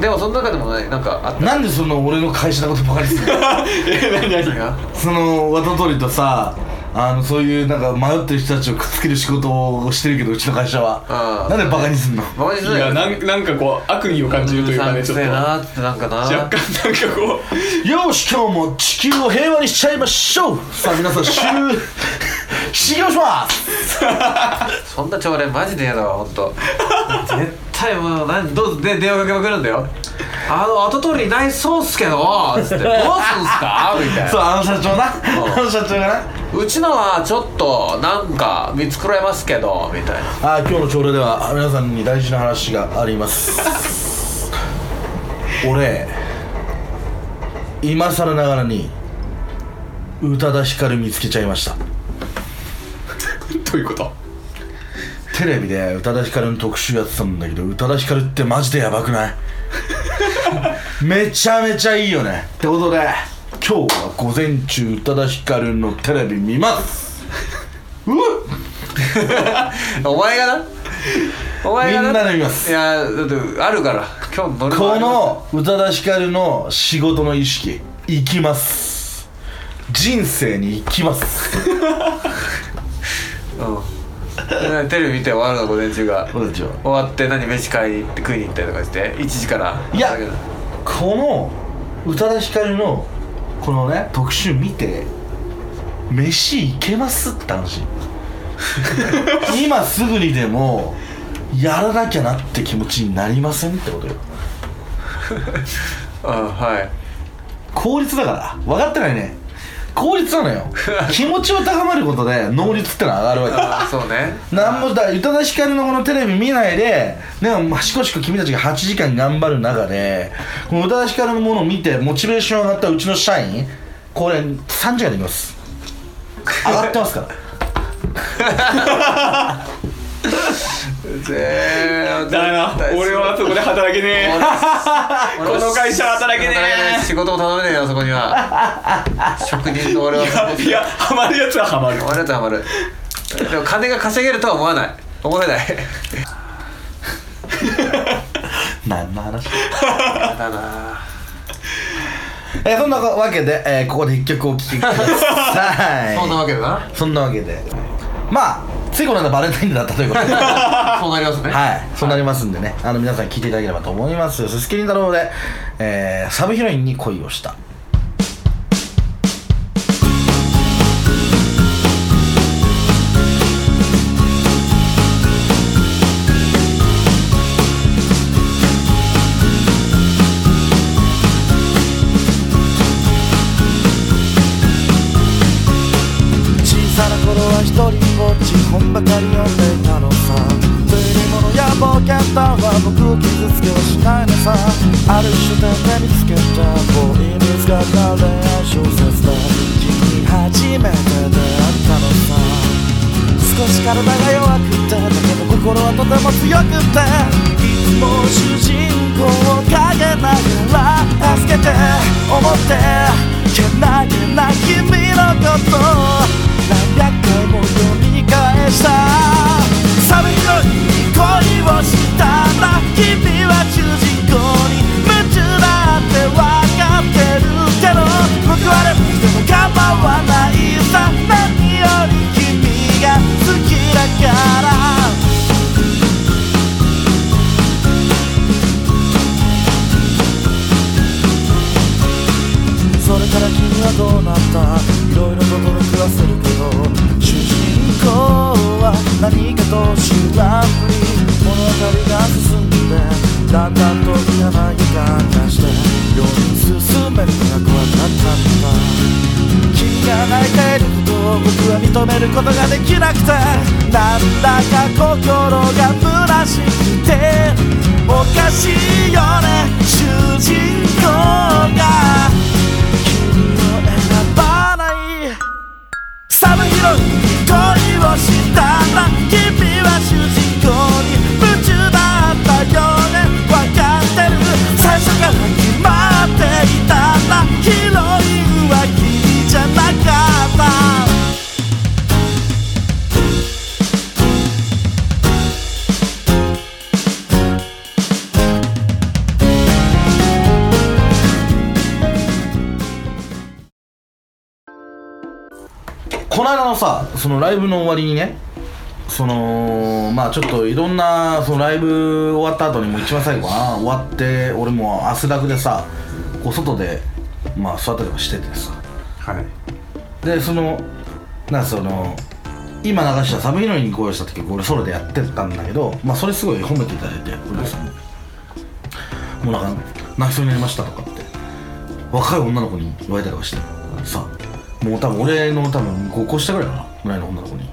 Speaker 2: でもその中でもねなんかあっ
Speaker 1: なんでその俺の会社のことばかりする の
Speaker 3: え何
Speaker 2: た
Speaker 3: 何
Speaker 2: が
Speaker 1: その渡取りとさあのそういうなんか迷ってる人たちをくっつける仕事をしてるけどうちの会社は
Speaker 2: あ
Speaker 1: な
Speaker 2: ー
Speaker 1: んでバカにすんの
Speaker 2: バカにす
Speaker 3: いやなんなんかこう悪意を感じるというかねちょっと
Speaker 2: うる
Speaker 3: 若
Speaker 2: さくせえなってなんかな
Speaker 3: 干なんかこ
Speaker 1: よし今日も地球を平和にしちゃいましょうさあ皆さん終 修行します
Speaker 2: そんな朝礼マジで嫌だわ本当。絶対もう何どうで電話かけまくるんだよあの後取りいないそうっすけどつってどうすんすかみたい
Speaker 1: そう
Speaker 2: な
Speaker 1: あの社長な
Speaker 2: うん
Speaker 1: あの社長がな
Speaker 2: うちのはちょっとなんか見繕えますけどみたいな
Speaker 1: あー今日の朝礼では皆さんに大事な話があります 俺今更ながらに宇多田ヒカル見つけちゃいました
Speaker 3: う どういうこと
Speaker 1: テレビで宇多田ヒカルの特集やってたんだけど宇多田ヒカルってマジでヤバく ないめちゃめちゃいいよねってことで今日は午前中宇多田ヒカルのテレビ見ますうっ
Speaker 2: お前がなお前がな
Speaker 1: みんなで見ます
Speaker 2: いやだってあるから今日乗る
Speaker 1: この宇多田ヒカルの仕事の意識生きます人生に生きます
Speaker 2: うんテレビ見て終わるの午前中が
Speaker 1: 俺たちは
Speaker 2: 終わって何飯買いに行って食いに行ったりとかして1時から
Speaker 1: いやこの宇多田ヒカルのこのね特集見て飯行けますって話今すぐにでもやらなきゃなって気持ちになりませんってことよ
Speaker 2: うんはい
Speaker 1: 効率だから分かってないね効率なのよ気持ちを高まることで能率ってのは上がるわけ
Speaker 2: あそうね
Speaker 1: なんもだ宇多田ヒカルのこのテレビ見ないででもまあしこしこ君たちが8時間頑張る中でこの宇多田ヒカルのものを見てモチベーション上がったうちの社員これ3時間で見ます上がってます から
Speaker 2: だ
Speaker 3: だな俺はそこで働けね
Speaker 2: 俺は
Speaker 3: この会社働けねえ
Speaker 2: 働け仕事も頼めねえよそこには職人の俺はそこ
Speaker 3: えいやハマるやつはハマる
Speaker 2: 俺だとハマるでも金が稼げるとは思わない思えない
Speaker 1: 何の話
Speaker 2: やだな
Speaker 1: えーそんなわけで、えーここで一曲お聴きください
Speaker 2: そんなわけだな
Speaker 1: そんなわけでまあついこの間バレンタインだったという ことで
Speaker 2: そうなりますね
Speaker 1: はい、そうなりますんでね、あの皆さん聞いていただければと思います。すすきり太郎で、えーサブヒロインに恋をした。
Speaker 4: 小さな頃は一人ぼっち本ばかり読んでいたのさ釣り物や冒険だは僕を傷つけはしないのさある種で目につけたボーイに使った恋愛小説だ君に初めて出会ったのさ少し体が弱くてだけど心はとても強くていつも主人公を陰ながら助けて思ってけなげな君のこと何百回も読み返した寒い夜に恋をしたら君は主人公に夢中だって分かってるけど報われなくても構わないさ何より君が好きだからそれから君はどうなったいろいろと驚くはせるけど主人公は何かと知らんぷり物語が進んでだんだんと嫌な予感がして病に進めるのが怖くなったんだ君が泣いていることを僕は認めることができなくてなんだか心が虚しくておかしいよね主人公が君を選ばない寒い夜に恋をしたら君は主人公に夢中だったよねわかってる最初から決まっていたんだヒロインは君じゃなかった
Speaker 1: この間のさそのライブの終わりにねそのまあちょっといろんなそのライブ終わった後にもう一番最後かな終わって俺もう汗だくでさこう外でまあ座ったりとかしててさ
Speaker 2: はい
Speaker 1: でそのなんかその今流した「寒いのに恋をした」って曲俺ソロでやってたんだけどまあそれすごい褒めていただいて俺さんにもうなんか泣きそうになりましたとかって若い女の子に言われたりとかしてさもう多分俺の多分5個下ぐらいかなぐらいの女の子に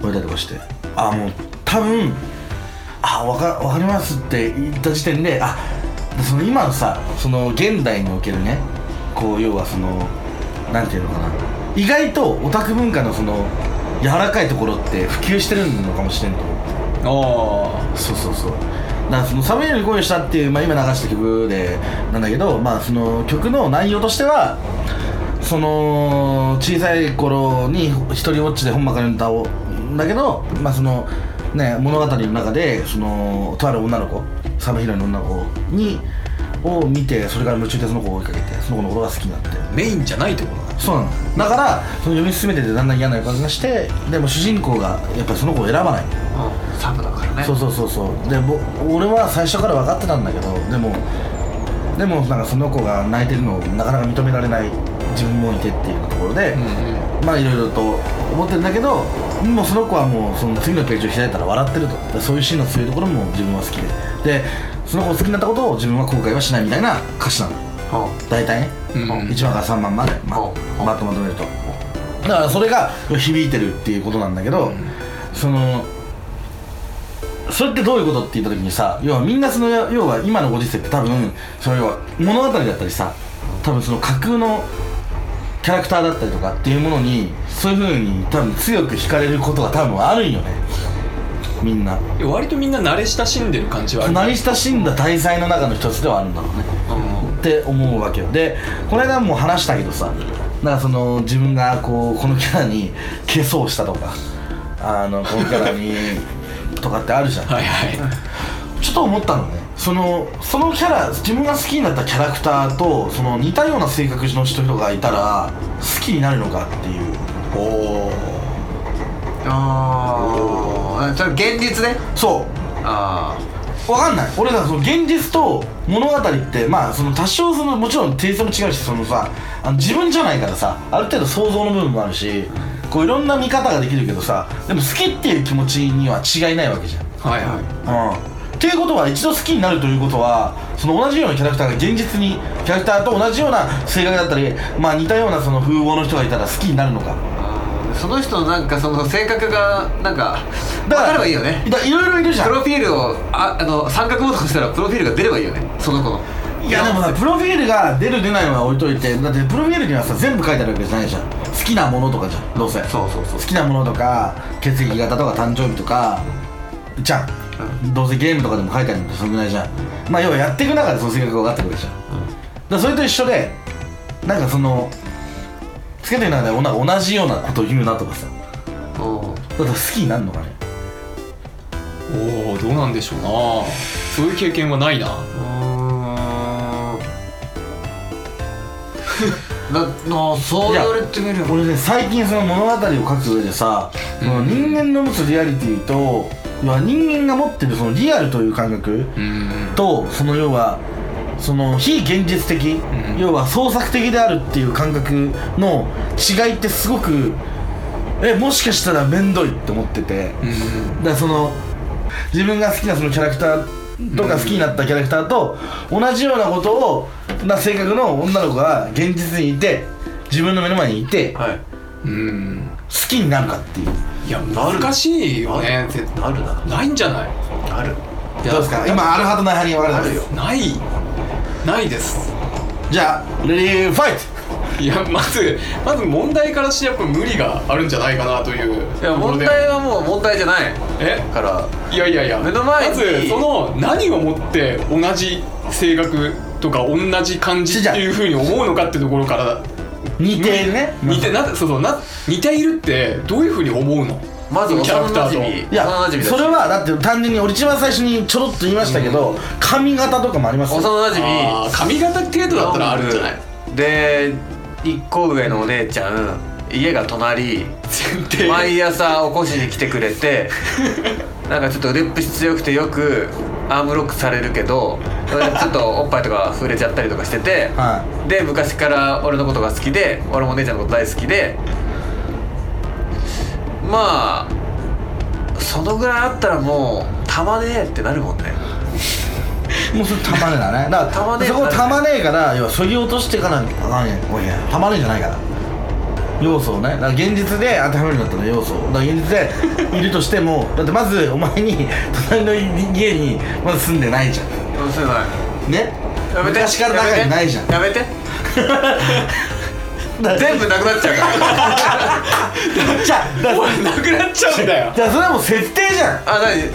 Speaker 1: 言われたりとかしてああもう多分あわかわかりますって言った時点であその今のさその現代におけるねこう要はそのなんていうのかな意外とオタク文化のその柔らかいところって普及してるのかもしれんと思って
Speaker 3: おー
Speaker 1: そうそうそうだからその「寒いよに恋をした」っていう、まあ、今流した曲でなんだけど、まあ、その曲の内容としてはその小さい頃に一人ぼっちで本ばかりの歌をだけど、まあそのね、物語の中でそのとある女の子寒いの女の子にを見てそれから夢中でその子を追いかけてその子のことが好きになって
Speaker 3: メインじゃないところだ
Speaker 1: そうなのだからその読み進めててだんだん嫌な予感がしてでも主人公がやっぱりその子を選ばない
Speaker 2: サブだからね
Speaker 1: そうそうそうそうでぼ俺は最初から分かってたんだけどでもでもなんかその子が泣いてるのをなかなか認められない自分もいてっていうところで、まあいろいろと思ってるんだけどもうその子はもうその次のページを開いたら笑ってるとでそういうシーンの強いところも自分は好きででその子を好きになったことを自分は後悔はしないみたいな歌詞なの
Speaker 2: は
Speaker 1: 大体ね、
Speaker 3: うん
Speaker 1: 1番から3番まで、ま
Speaker 2: うん
Speaker 1: まとまとめるとだからそれが響いてるっていうことなんだけど、そのそれってどういうことって言った時にさ要はみんなその要は今のご時世って多分その要は物語だったりさ多分その架空のキャラクターだったりとかっていうものにそういうふうに多分強く惹かれることが多分あるんよねみんな
Speaker 3: 割とみんな慣れ親しんでる感じはある
Speaker 1: 慣れ親しんだ題材の中の一つではあるんだろうねって思うわけよでこの間も話したけどさなんかその自分がこうこのキャラに消そうしたとかあのこのキャラ にとかってあるじゃん
Speaker 3: はいはい
Speaker 1: ちょっと思ったのねそのそのキャラ自分が好きになったキャラクターとその似たような性格の人がいたら好きになるのかっていう
Speaker 3: おー
Speaker 2: ああそれ現実ね
Speaker 1: そう
Speaker 2: あ
Speaker 1: わかんない俺らその現実と物語ってまあその多少そのもちろんテイストも違うしそのさあの自分じゃないからさある程度想像の部分もあるしこういろんな見方ができるけどさでも好きっていう気持ちには違いないわけじゃん
Speaker 3: はいはい
Speaker 1: うんっていうことは一度好きになるということはその同じようなキャラクターが現実にキャラクターと同じような性格だったりまあ似たようなその風貌の人がいたら好きになるのか
Speaker 2: あその人のなんかその性格がなんか分かればいいよね
Speaker 1: だからいろいろいるじゃん
Speaker 2: プロフィールをああの三角ボタン押したらプロフィールが出ればいいよねその子の
Speaker 1: いやでもさプロフィールが出る出ないのは置いといてだってプロフィールにはさ全部書いてあるわけじゃないじゃん好きなものとかじゃんどうせ
Speaker 2: そうそうそ
Speaker 1: 好
Speaker 2: う
Speaker 1: きなものとか血液型とか誕生日とかじゃん、どうせゲームとかでも書いてあるんでそのぐらいじゃんまあ要はやっていく中でその性格が分かってくるじゃん、だからそれと一緒でなんかそのつけてる中でおな同じようなこと言うなとかさだ
Speaker 2: うん
Speaker 1: から好きになるのかね
Speaker 3: おおどうなんでしょうなそういう経験はないな
Speaker 2: ななそう言われてみれば
Speaker 1: 俺ね最近その物語を書く上でさ、その人間の持つリアリティと要は人間が持ってるそのリアルという感覚
Speaker 3: うん
Speaker 1: とその要はその非現実的、
Speaker 3: うん
Speaker 1: 要は創作的であるっていう感覚の違いってすごくえもしかしたら面倒いって思ってて、
Speaker 3: うん
Speaker 1: だからその自分が好きなそのキャラクターとか好きになったキャラクターと同じようなことをな性格の女の子が現実にいて自分の目の前にいて好
Speaker 2: はい
Speaker 3: うん
Speaker 1: きになるかっていう
Speaker 3: いや難しいよね絶対
Speaker 2: なるな
Speaker 3: ないんじゃない
Speaker 2: なる
Speaker 3: いや
Speaker 1: どうですか今あるはずない派に分かれて
Speaker 2: な
Speaker 1: ます
Speaker 2: るよ
Speaker 3: ないないです
Speaker 1: じゃあレディーファイト
Speaker 3: いやまずまず問題からしてやっぱ無理があるんじゃないかなという
Speaker 2: いや
Speaker 3: ところ
Speaker 2: 問
Speaker 3: で
Speaker 2: 題はもう問題じゃない
Speaker 3: え
Speaker 2: から
Speaker 3: いやいやいや
Speaker 2: 目の前に
Speaker 3: まずその何をもって同じ性格とか同じ感じっていうふうに思うのかってところから
Speaker 1: 似てるね
Speaker 3: 似てなそうそうな似ているってどういうふうに思うの
Speaker 2: まず
Speaker 3: その
Speaker 2: 幼
Speaker 3: キャラクタ
Speaker 2: 馴
Speaker 3: ーと
Speaker 2: 染
Speaker 1: い
Speaker 2: み
Speaker 1: や
Speaker 2: 幼馴染みだ
Speaker 1: それはだって単純に俺一番最初にちょろっと言いましたけど、髪型とかもありますよ
Speaker 2: 幼馴染
Speaker 3: あー髪型程度だったらあるんじゃない
Speaker 2: みで一個上のお姉ちゃん家が隣
Speaker 3: 前提
Speaker 2: 毎朝起こしに来てくれて なんかちょっと腕っぷし強くてよくアームロックされるけどそれでちょっとおっぱいとか触れちゃったりとかしてて、
Speaker 1: は
Speaker 2: で昔から俺のことが好きで俺もお姉ちゃんのこと大好きでまあそのぐらいあったらもう玉ねえってなるもんね
Speaker 1: もうそれ玉ねだねだか
Speaker 2: 玉
Speaker 1: ら
Speaker 2: ね
Speaker 1: そこ玉ねから要はそぎ落としてからあねおいや玉ねじゃないから要素をねだから現実で当てはめるんだったら要素をだから現実でいるとしてもだってまずお前に隣の家にまだ住んでないじゃん
Speaker 2: うるせえな
Speaker 1: ね
Speaker 2: やめて
Speaker 1: 昔から仲良くないじゃん
Speaker 2: やめてやめて全部なくなっちゃうから
Speaker 1: じゃあだから
Speaker 3: なくなっちゃうんだよ
Speaker 1: じゃあそれはもう設定じゃん
Speaker 2: あ何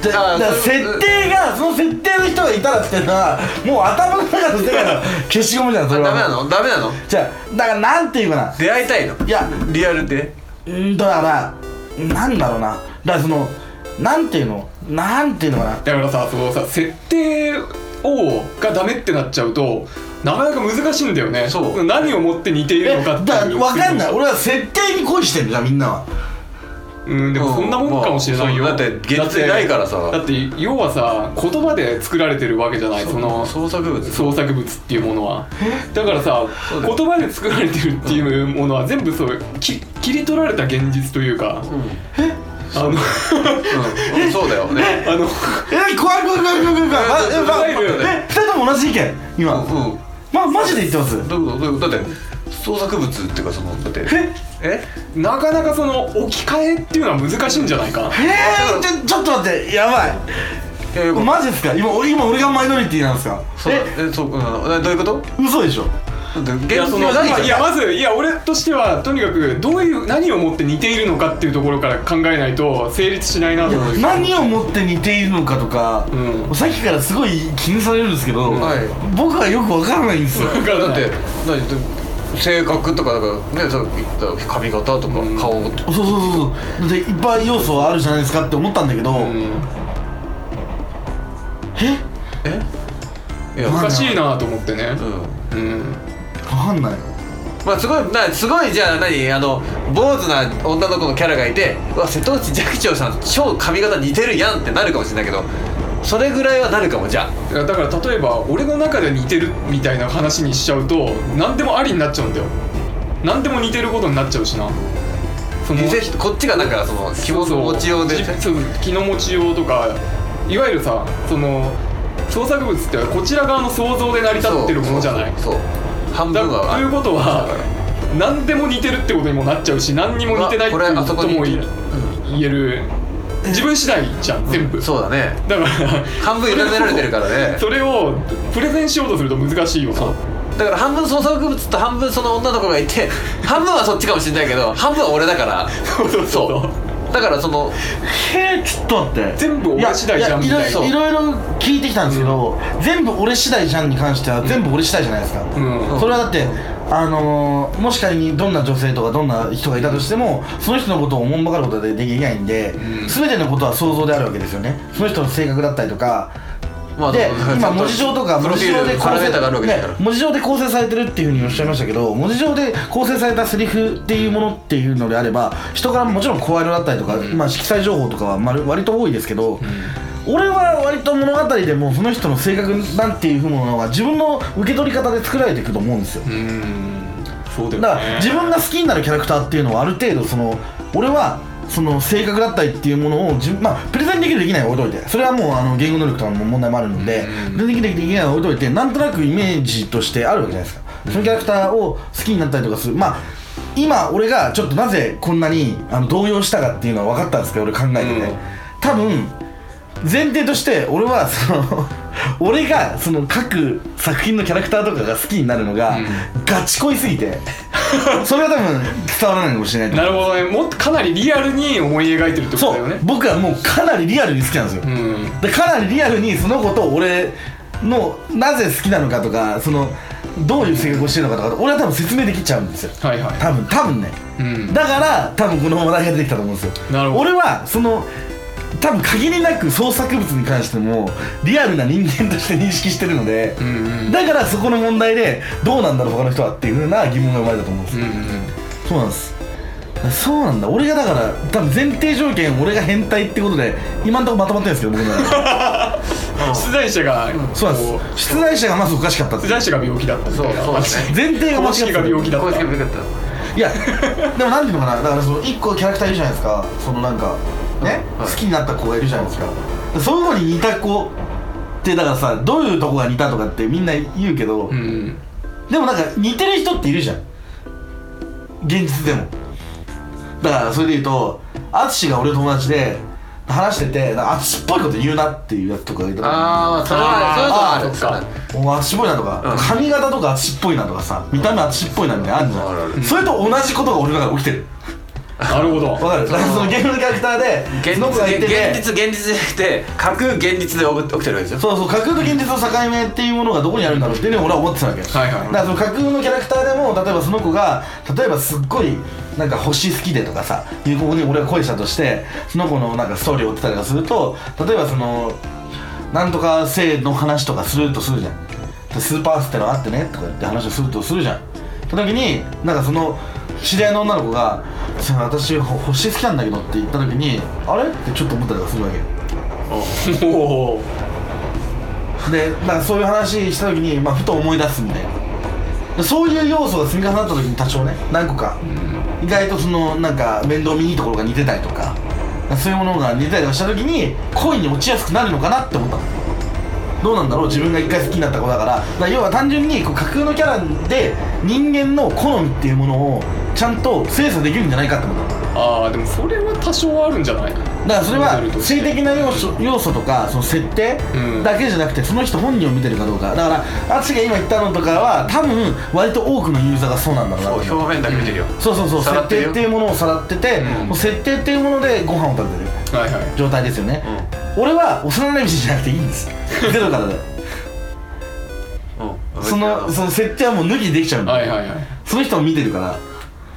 Speaker 1: だ
Speaker 2: あー
Speaker 1: だから
Speaker 2: そういう
Speaker 1: 設定がその設定の人がいたらっていうのはもう頭の中の世界の消しゴムじゃんそ
Speaker 2: あ
Speaker 1: れは
Speaker 2: ダメなのダメなの
Speaker 1: じゃあだからなんていうかな
Speaker 2: 出会いたいの
Speaker 1: いや
Speaker 2: リアルで
Speaker 1: うんだからなんだろうなだからそのなんていうのなんていうのかな
Speaker 3: だからさそのさ設定をがダメってなっちゃうとなかなか難しいんだよね
Speaker 2: そう
Speaker 3: 何をもって似ている
Speaker 1: え
Speaker 3: のかって
Speaker 1: だから
Speaker 3: いう
Speaker 1: 分かんない俺は設定に恋してるじゃんみんなは
Speaker 3: うんでもそんなもんかもしれないよ、
Speaker 2: うんまあそうだって現実にないからさ
Speaker 3: だって要はさ言葉で作られてるわけじゃないその
Speaker 2: 創作物
Speaker 3: 創作物っていうものはだからさ言葉で作られてるっていうものは全部そうき切り取られた現実というか、あの
Speaker 2: うんうんそうだよね
Speaker 3: あの
Speaker 1: え怖い怖い怖い怖い怖い怖い
Speaker 2: いや
Speaker 1: あえ
Speaker 2: いやいやいや
Speaker 1: え二人とも同じ意見今
Speaker 2: うん
Speaker 1: まマジで言ってます
Speaker 2: どういうことどういうことだって創作物っていうかそのだってえ
Speaker 3: なかなかその置き換えっていうのは難しいんじゃないか
Speaker 1: えー、ちょちょっと待ってやばい
Speaker 2: えよかった
Speaker 1: マジですか今俺今俺がマイノリティなんですか
Speaker 2: そう
Speaker 1: え
Speaker 2: えそううんえどういうこと
Speaker 1: 嘘でしょ
Speaker 2: だって現
Speaker 3: いやそ
Speaker 2: 実
Speaker 3: の
Speaker 2: の何
Speaker 3: いやまずいや俺としてはとにかくどういう何をもって似ているのかっていうところから考えないと成立しないなと思う
Speaker 1: 何をもって似ているのかとか、
Speaker 3: うん
Speaker 1: さっきからすごい気にされるんですけど、
Speaker 2: はい
Speaker 1: 僕はよくわからないんですよ
Speaker 3: だから
Speaker 2: だ
Speaker 3: だ
Speaker 2: っ
Speaker 3: ってて
Speaker 2: 何だって性格とかだからねさっき言った髪型とか顔とか
Speaker 1: そうそうそうそうだっていっぱい要素はあるじゃないですかって思ったんだけど、え
Speaker 2: いや
Speaker 1: まあ
Speaker 3: おかしいなと思ってね
Speaker 2: うん
Speaker 3: うん
Speaker 1: わかんない
Speaker 2: まあすごいなすごいじゃあ何あの坊主な女の子のキャラがいてうわ瀬戸内寂聴さん超髪型似てるやんってなるかもしれないけどそれぐらいはなるかもじゃあ
Speaker 3: だから例えば俺の中で似てるみたいな話にしちゃうと何でもありになっちゃうんだよ何でも似てることになっちゃうしなその
Speaker 2: 似てこっちがなんかその気持ち持ちようで
Speaker 3: じそう気の持ちようとかいわゆるさその創作物ってこちら側の想像で成り立ってるものじゃない
Speaker 2: そうそう半
Speaker 3: だ
Speaker 2: 分は
Speaker 3: ということは何でも似てるってことにもなっちゃうし何にも似てないって
Speaker 2: うわこれあそこに
Speaker 3: ともい
Speaker 2: 似てる
Speaker 3: 言える自分次第じゃん全部
Speaker 2: そうだね
Speaker 3: だから
Speaker 2: 半分委ねられてるからね
Speaker 3: それをプレゼンしようとすると難しいよな
Speaker 2: そうだから半分創作物と半分その女の子がいて半分はそっちかもしれないけど半分は俺だから
Speaker 3: そうそうそう
Speaker 2: だからその
Speaker 1: へえちょっと待って
Speaker 3: 全部
Speaker 1: いや
Speaker 3: 俺次第じゃんみ
Speaker 1: いや
Speaker 3: たい
Speaker 1: い
Speaker 3: な
Speaker 1: ろいろいろ聞いてきたんですけど、全部俺次第じゃんに関しては全部俺次第じゃないですか、
Speaker 3: うん
Speaker 1: それはだってあのー、もし仮にどんな女性とかどんな人がいたとしてもその人のことをおもんばかることはできないんで、
Speaker 3: ん
Speaker 1: 全てのことは想像であるわけですよねその人の性格だったりとか
Speaker 2: まあ
Speaker 1: で
Speaker 2: だから
Speaker 1: 今文字上とか
Speaker 2: プロ
Speaker 1: 文
Speaker 2: フ
Speaker 1: 字
Speaker 2: ィ
Speaker 1: 上
Speaker 2: ー
Speaker 1: で
Speaker 2: ル
Speaker 1: 構
Speaker 2: パラメ
Speaker 1: 成
Speaker 2: ータがあるわけだ
Speaker 1: ね
Speaker 2: から、
Speaker 1: 文字上で構成されてるっていうふうにおっしゃいましたけど文字上で構成されたセリフっていうものっていうのであれば人からもちろん声色だったりとか、まあ、色彩情報とかはまる割と多いですけど、俺は割と物語でもその人の性格なんていうふうなのは自分の受け取り方で作られていくと思うんですよ
Speaker 3: うんそうだよね
Speaker 1: だから自分が好きになるキャラクターっていうのはある程度その俺はその性格だったりっていうものを自分まあプレゼンできるできないは置いといてそれはもうあの言語能力とかの問題もあるのでプレゼンできるできないは置いといてなんとなくイメージとしてあるわけじゃないですかそのキャラクターを好きになったりとかするまあ今俺がちょっとなぜこんなにあの動揺したかっていうのは分かったんですけど俺考えてて、
Speaker 3: うん
Speaker 1: 多分前提として俺はその 俺がその各作品のキャラクターとかが好きになるのが、ガチ恋すぎ てそれは多分伝わらないかもしれない
Speaker 3: なるほどねもっとかなりリアルに思い描いてるってこと
Speaker 1: そ
Speaker 3: だよ
Speaker 1: う、
Speaker 3: ね
Speaker 1: 僕はもうかなりリアルに好きなんですよ、
Speaker 3: うん
Speaker 1: でかなりリアルにそのことを俺のなぜ好きなのかとかそのどういう性格をしてるのかとか俺は多分説明できちゃうんですよ
Speaker 3: はいはい
Speaker 1: 多分多分ね、
Speaker 3: うん
Speaker 1: だから多分この話題が出てきたと思うんですよ
Speaker 3: なるほど
Speaker 1: 俺はその多分限りなく創作物に関してもリアルな人間として認識してるので、
Speaker 3: うんうん
Speaker 1: だからそこの問題でどうなんだろう他の人はっていうふうな疑問が生まれたと思うんです
Speaker 3: う
Speaker 1: よ、
Speaker 3: んうん
Speaker 1: そうなんですそうなんだ俺がだから多分前提条件俺が変態ってことで今んところまとまってるんですけど僕の中で
Speaker 3: 出題者が
Speaker 1: そうなん
Speaker 3: こ
Speaker 1: です出題者がまずおかしかったんで
Speaker 3: 出
Speaker 1: すよ
Speaker 3: 題者が病気だったみたいな
Speaker 2: そうそうだね
Speaker 1: 前提が間違
Speaker 3: 公
Speaker 1: って
Speaker 3: 式
Speaker 1: た
Speaker 3: が病気だっ
Speaker 2: こういう
Speaker 3: た
Speaker 2: のよかった
Speaker 1: いやでもなんていうのかなだからその1個キャラクターいるじゃないですかそのなんかね、
Speaker 2: はい
Speaker 1: 好きになった子がいるじゃないですかそういう子に似た子ってだからさどういうとこが似たとかってみんな言うけど、
Speaker 3: うん
Speaker 1: でもなんか似てる人っているじゃん現実でもだからそれで言うと淳が俺の友達で話してて淳っぽいこと言うなっていうやつとかがいた時に
Speaker 2: ああそれは
Speaker 3: あー
Speaker 2: そういうのはある
Speaker 3: そ
Speaker 1: お前淳っぽいなとか、
Speaker 2: うん
Speaker 1: 髪型とか淳っぽいなとかさ見た目淳っぽいなみたいなのあるじゃん
Speaker 2: あるあ、
Speaker 1: それと同じことが俺の中で起きてる
Speaker 3: なるほど
Speaker 1: わかるだからそのゲームのキャラクターで
Speaker 2: 現
Speaker 1: その子がいてて
Speaker 2: 実現現実じゃなくて架空現実で起きてるわけでしょ
Speaker 1: そうそう架空と現実の境目っていうものがどこにあるんだろうっていうのを俺は思ってたわけ、
Speaker 3: はいは
Speaker 1: だ
Speaker 3: い
Speaker 1: からその架空のキャラクターでも例えばその子が例えばすっごいなんか星好きでとかさいう子に俺が恋したとしてその子のなんかストーリーを追ってたりとかすると例えばそのなんとか性の話とかするとするじゃんでスーパースってのがあってねとかって話をするとするじゃんその時になんかその知り合いの女の子が「その私ほ星好きなんだけど」って言った時に「あれ?」ってちょっと思ったりとかするわけ
Speaker 3: おお
Speaker 1: でなんかそういう話した時に、まあ、ふと思い出すみたいなでそういう要素が積み重なった時に多少ね何個か、意外とそのなんか面倒見いいところが似てたりとかそういうものが似てたりとかした時に恋に落ちやすくなるのかなって思ったのどうなんだろう自分が一回好きになった子だからだから要は単純にこう架空のキャラで人間の好みっていうものをちゃんと精査できるんじゃないかって思ったの
Speaker 3: ああでもそれは多少あるんじゃない
Speaker 1: だからそれ
Speaker 3: モデル
Speaker 1: は
Speaker 3: として
Speaker 1: 性的な要素要素とかその設定
Speaker 3: うん
Speaker 1: だけじゃなくてその人本人を見てるかどうかだから淳が今言ったのとかは多分割と多くのユーザーがそうなんだろうなって
Speaker 2: そう表面だけ見てるよ
Speaker 1: そうそうそう
Speaker 2: さら
Speaker 1: 設
Speaker 2: ってる
Speaker 1: 定
Speaker 2: よ
Speaker 1: っていうものをさらってて、
Speaker 3: うん
Speaker 1: もう設定っていうものでご飯を食べてる
Speaker 3: はいはい
Speaker 1: 状態ですよね、俺は幼なじみじゃなくていいんです ゼロからで
Speaker 2: うん
Speaker 1: そ のその設定はもう抜きでできちゃうんだ、
Speaker 3: はいはいはい
Speaker 1: その人を見てるから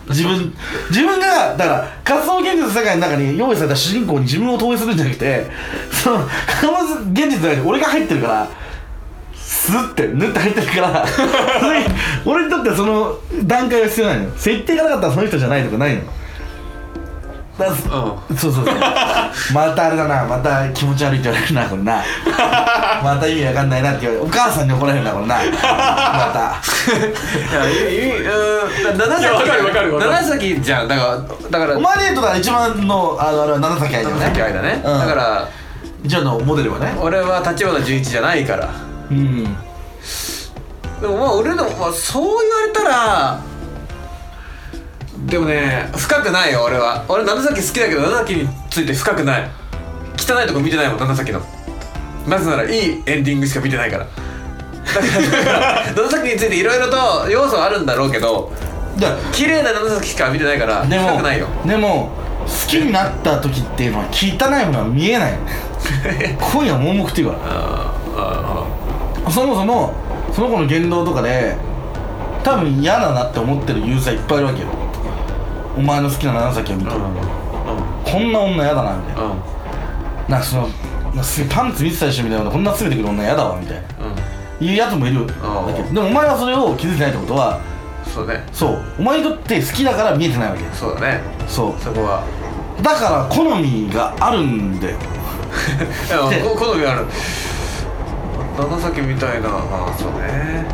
Speaker 1: 自分自分がだから仮想現実の世界の中に用意された主人公に自分を投影するんじゃなくてその仮想現実の中に俺が入ってるからスッて縫って入ってるからそれ俺にとってはその段階は必要ないのよ設定がなかったらその人じゃないとかないのだから
Speaker 2: う
Speaker 1: そうそうそうまたあれだなまた気持ち悪いって言われるなこれなまた意味わかんないなって言われるお母さんに怒られるなこれなまた
Speaker 2: いやいいいいうーん七
Speaker 3: いやわかるわかるわかる
Speaker 2: 七崎じゃんだからだから
Speaker 1: お前でとから一番のあのあれは長崎愛だよね
Speaker 2: 七崎愛だね、
Speaker 1: ん
Speaker 2: だから
Speaker 1: 一応のモデルはね
Speaker 2: 俺は立花純一じゃないから
Speaker 1: うん
Speaker 2: でもまあ俺の、まあ、そう言われたらでもね深くないよ俺は俺七崎好きだけど七崎について深くない汚いとこ見てないもん長崎のなぜならいいエンディングしか見てないからだから長崎についていろいろと要素はあるんだろうけど
Speaker 1: だ
Speaker 2: 綺麗な長崎しか見てないから
Speaker 1: で
Speaker 2: した
Speaker 1: も
Speaker 2: くないよ
Speaker 1: でも好きになった時っていうのは汚いものは見えない 今夜は盲目っていうから
Speaker 2: あーあ
Speaker 1: そもそもその子の言動とかで多分嫌だなって思ってるユーザーいっぱいいるわけよお前の好きな長崎を見て、
Speaker 2: ーうん
Speaker 1: こんな女嫌だなみたいな
Speaker 2: うん
Speaker 1: なんかそのなんかすげえパンツ見てたりしてみたいなこんな詰めてくる女嫌だわみたいな
Speaker 2: うん
Speaker 1: いうやつもいるわけ
Speaker 2: う
Speaker 1: でもお前はそれを気づいてないってことは
Speaker 2: そうね
Speaker 1: そうお前にとって好きだから見えてないわけです
Speaker 2: そうだね
Speaker 1: そ
Speaker 2: そこは
Speaker 1: うだから好みがあるんだよ
Speaker 2: いやこ好みがある長崎みたいなあーそうね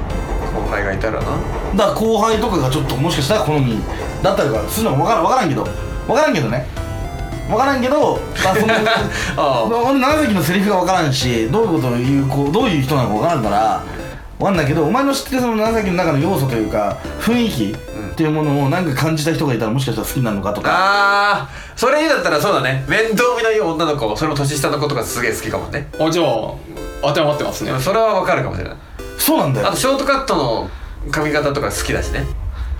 Speaker 2: 後輩がいたらな
Speaker 1: だから後輩とかがちょっともしかしたら好みだったりとかするのか分からん分からんけど分からんけどね分からんけど、まあ、 その
Speaker 2: ああ
Speaker 1: 俺長崎のセリフが分からんしどういうことを言うこうどういう人なのか分からんから分かんないけどお前の知ってるその長崎の中の要素というか雰囲気っていうものをなんか感じた人がいたらもしかしたら好きになるのかとか
Speaker 2: あーそれ言うんだったらそうだね面倒見のいい女の子それも年下の子とかすげえ好きかもね
Speaker 3: あじゃあ当てはまってますね
Speaker 2: それはわかるかもしれない
Speaker 1: そうなんだよ
Speaker 2: あとショートカットの髪型とか好きだしね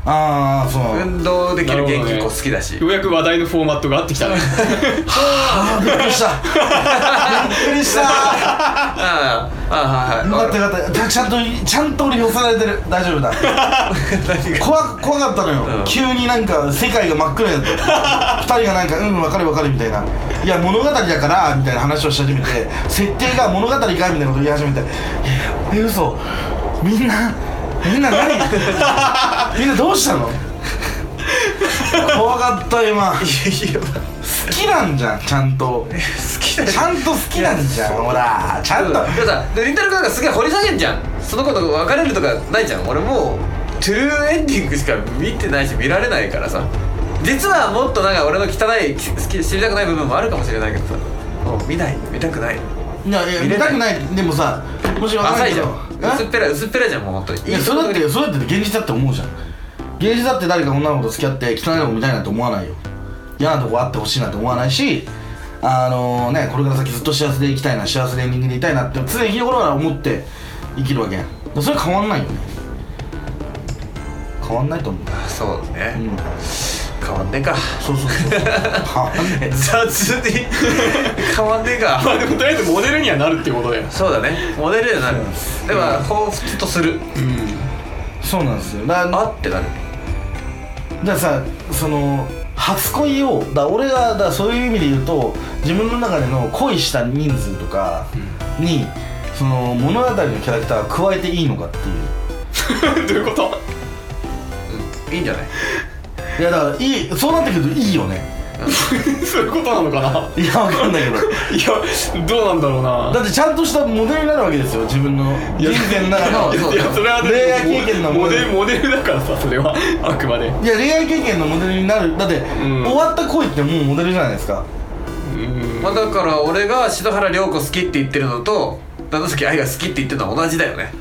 Speaker 1: ああそう
Speaker 2: 運動できる元気っ子好きだし、
Speaker 3: ようやく話題のフォーマットが合ってきたね
Speaker 1: あーびっくりした びっくりした
Speaker 2: ああああはい
Speaker 1: よか
Speaker 2: は
Speaker 1: っ
Speaker 2: い
Speaker 1: たよかったちゃんとちゃんと俺寄せられてる大丈夫だ
Speaker 2: 何が
Speaker 1: 怖怖かったのよ、
Speaker 2: うん
Speaker 1: 急になんか世界が真っ暗 になった二人がなんか「うん分かる分かる」みたいな「いや物語だから」みたいな話をし始めて設定が物語かみたいなこと言い始めて「ええ嘘みんなみんな 何みんなどうしたの?」怖かった今好
Speaker 2: いや
Speaker 1: きなんじゃんちゃんと
Speaker 2: 好きだ
Speaker 1: ちゃんと好きなんじゃんほらちゃんと
Speaker 2: でもさでりんたろー君なんかすげえ掘り下げんじゃんその子と別れるとかないじゃん俺もうトゥルーエンディングしか見てないし見られないからさ実はもっとなんか俺の汚いき好き知りたくない部分もあるかもしれないけどさもう見ない見たくない
Speaker 1: いやいや
Speaker 2: 見
Speaker 1: 見
Speaker 2: れな
Speaker 1: た
Speaker 2: い
Speaker 1: くないでもさもし分からな
Speaker 2: 浅
Speaker 1: い
Speaker 2: い
Speaker 1: け
Speaker 2: じゃ
Speaker 1: ど
Speaker 2: ん薄っぺらい薄っぺらいじゃんもう本当に
Speaker 1: いやそれだってそれだって現実だって思うじゃん現実だって誰か女の子と付き合って汚いの見たいなんて思わないよ嫌なとこあってほしいなんて思わないしあのねこれから先ずっと幸せでいきたいな幸せでエンディングでいたいなって常日頃から思って生きるわけやんそれ変わんないよね変わんないと思う
Speaker 2: そうね、
Speaker 1: うん
Speaker 2: 変わんねえか
Speaker 1: そうそうそう変 わんねえ
Speaker 2: 雑に変わんねえか
Speaker 3: まあでもとりあえずモデルにはなるってことだよ
Speaker 2: そうだねモデルになるでも彷彿とする
Speaker 1: そうなんですよだから
Speaker 2: あってなる
Speaker 1: だからさその初恋をだから俺がだからそういう意味で言うと自分の中での恋した人数とかに、その物語のキャラクターを加えていいのかっていう
Speaker 3: どういうこと
Speaker 2: いいんじゃない
Speaker 1: いやだからいいそうなってくるといいよね
Speaker 3: そういうことなのかない
Speaker 1: やわかんないけど
Speaker 3: いやどうなんだろうな
Speaker 1: だってちゃんとしたモデルになるわけですよ自分の人生の中の
Speaker 2: いや
Speaker 1: そう
Speaker 3: い やそれは
Speaker 1: 恋愛経験の
Speaker 3: モデルモデルだからさそれはあくまで
Speaker 1: いや恋愛経験のモデルになるだって、
Speaker 3: ん
Speaker 1: 終わった恋ってもうモデルじゃないですか
Speaker 3: うん
Speaker 2: まあだから俺が篠原涼子好きって言ってるのと長崎愛が好きって言ってるのは同じだよね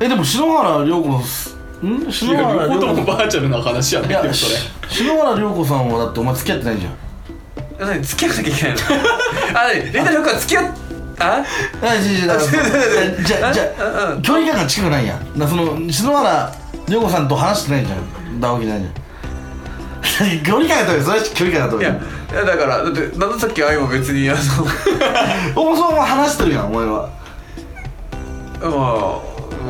Speaker 1: えでも篠原涼子のすん
Speaker 3: い
Speaker 1: 篠
Speaker 3: や
Speaker 1: 原涼子
Speaker 3: 両方と
Speaker 1: の
Speaker 3: もバーチャルな話じゃない
Speaker 1: い
Speaker 3: けど
Speaker 1: や
Speaker 3: そ
Speaker 1: し篠原涼子さんはだってお前付き合ってないじゃん
Speaker 2: 何付き合わなきゃいけない のあ何蓮太涼子は付き合っあ
Speaker 1: あ、じゃあ、じゃあ、じゃあ、距離感が近くないやん。だその、篠原涼子さんと話してないじゃん。だわけじゃないじゃん。 距離感が遠い、それは距離感が
Speaker 2: い
Speaker 1: 遠い
Speaker 2: や。いやだからだって長崎愛も別にあの
Speaker 1: おもそも話してるやん、お前は。
Speaker 2: ま あ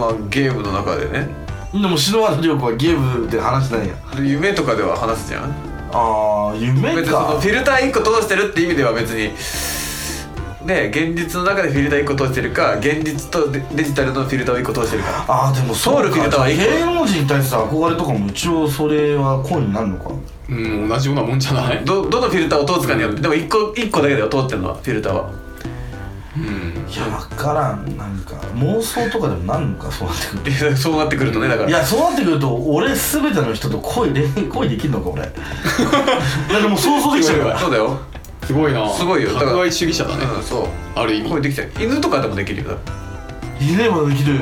Speaker 2: まあゲームの中でね
Speaker 1: でも篠原涼子はゲームで話してないやん。
Speaker 2: 夢とかでは話すじゃん
Speaker 1: あー、夢
Speaker 2: 別にその
Speaker 1: か
Speaker 2: フ。ィルター1個通してるって意味では別にね現実の中でフィルター1個通してるか現実とデデジタルのフィルターを1個通してるか
Speaker 1: あー、でもそう
Speaker 2: ソウルフィルター
Speaker 1: か。
Speaker 2: はいい
Speaker 1: 芸能人に対する憧れとかも一応それは恋になるのか。
Speaker 3: れうん同じようなもんじゃない
Speaker 2: どどのフィルターを通すかによってでも1個一個だけで通ってるのはフィルターは
Speaker 3: うん
Speaker 1: いや、わからん。なんか、妄想とかでもなんのか、そうなってくると。
Speaker 2: で そうなってくるとねだから
Speaker 1: いやそうなってくると俺全ての人と恋で 恋できるのか俺いやでも想像できちゃうから
Speaker 2: そうだよ、
Speaker 3: すごいな
Speaker 2: すごいよだから
Speaker 3: 宅外主義者だね
Speaker 2: うんそう
Speaker 3: ある意味
Speaker 2: これできちゃう犬とかでもできるよ
Speaker 1: いればできる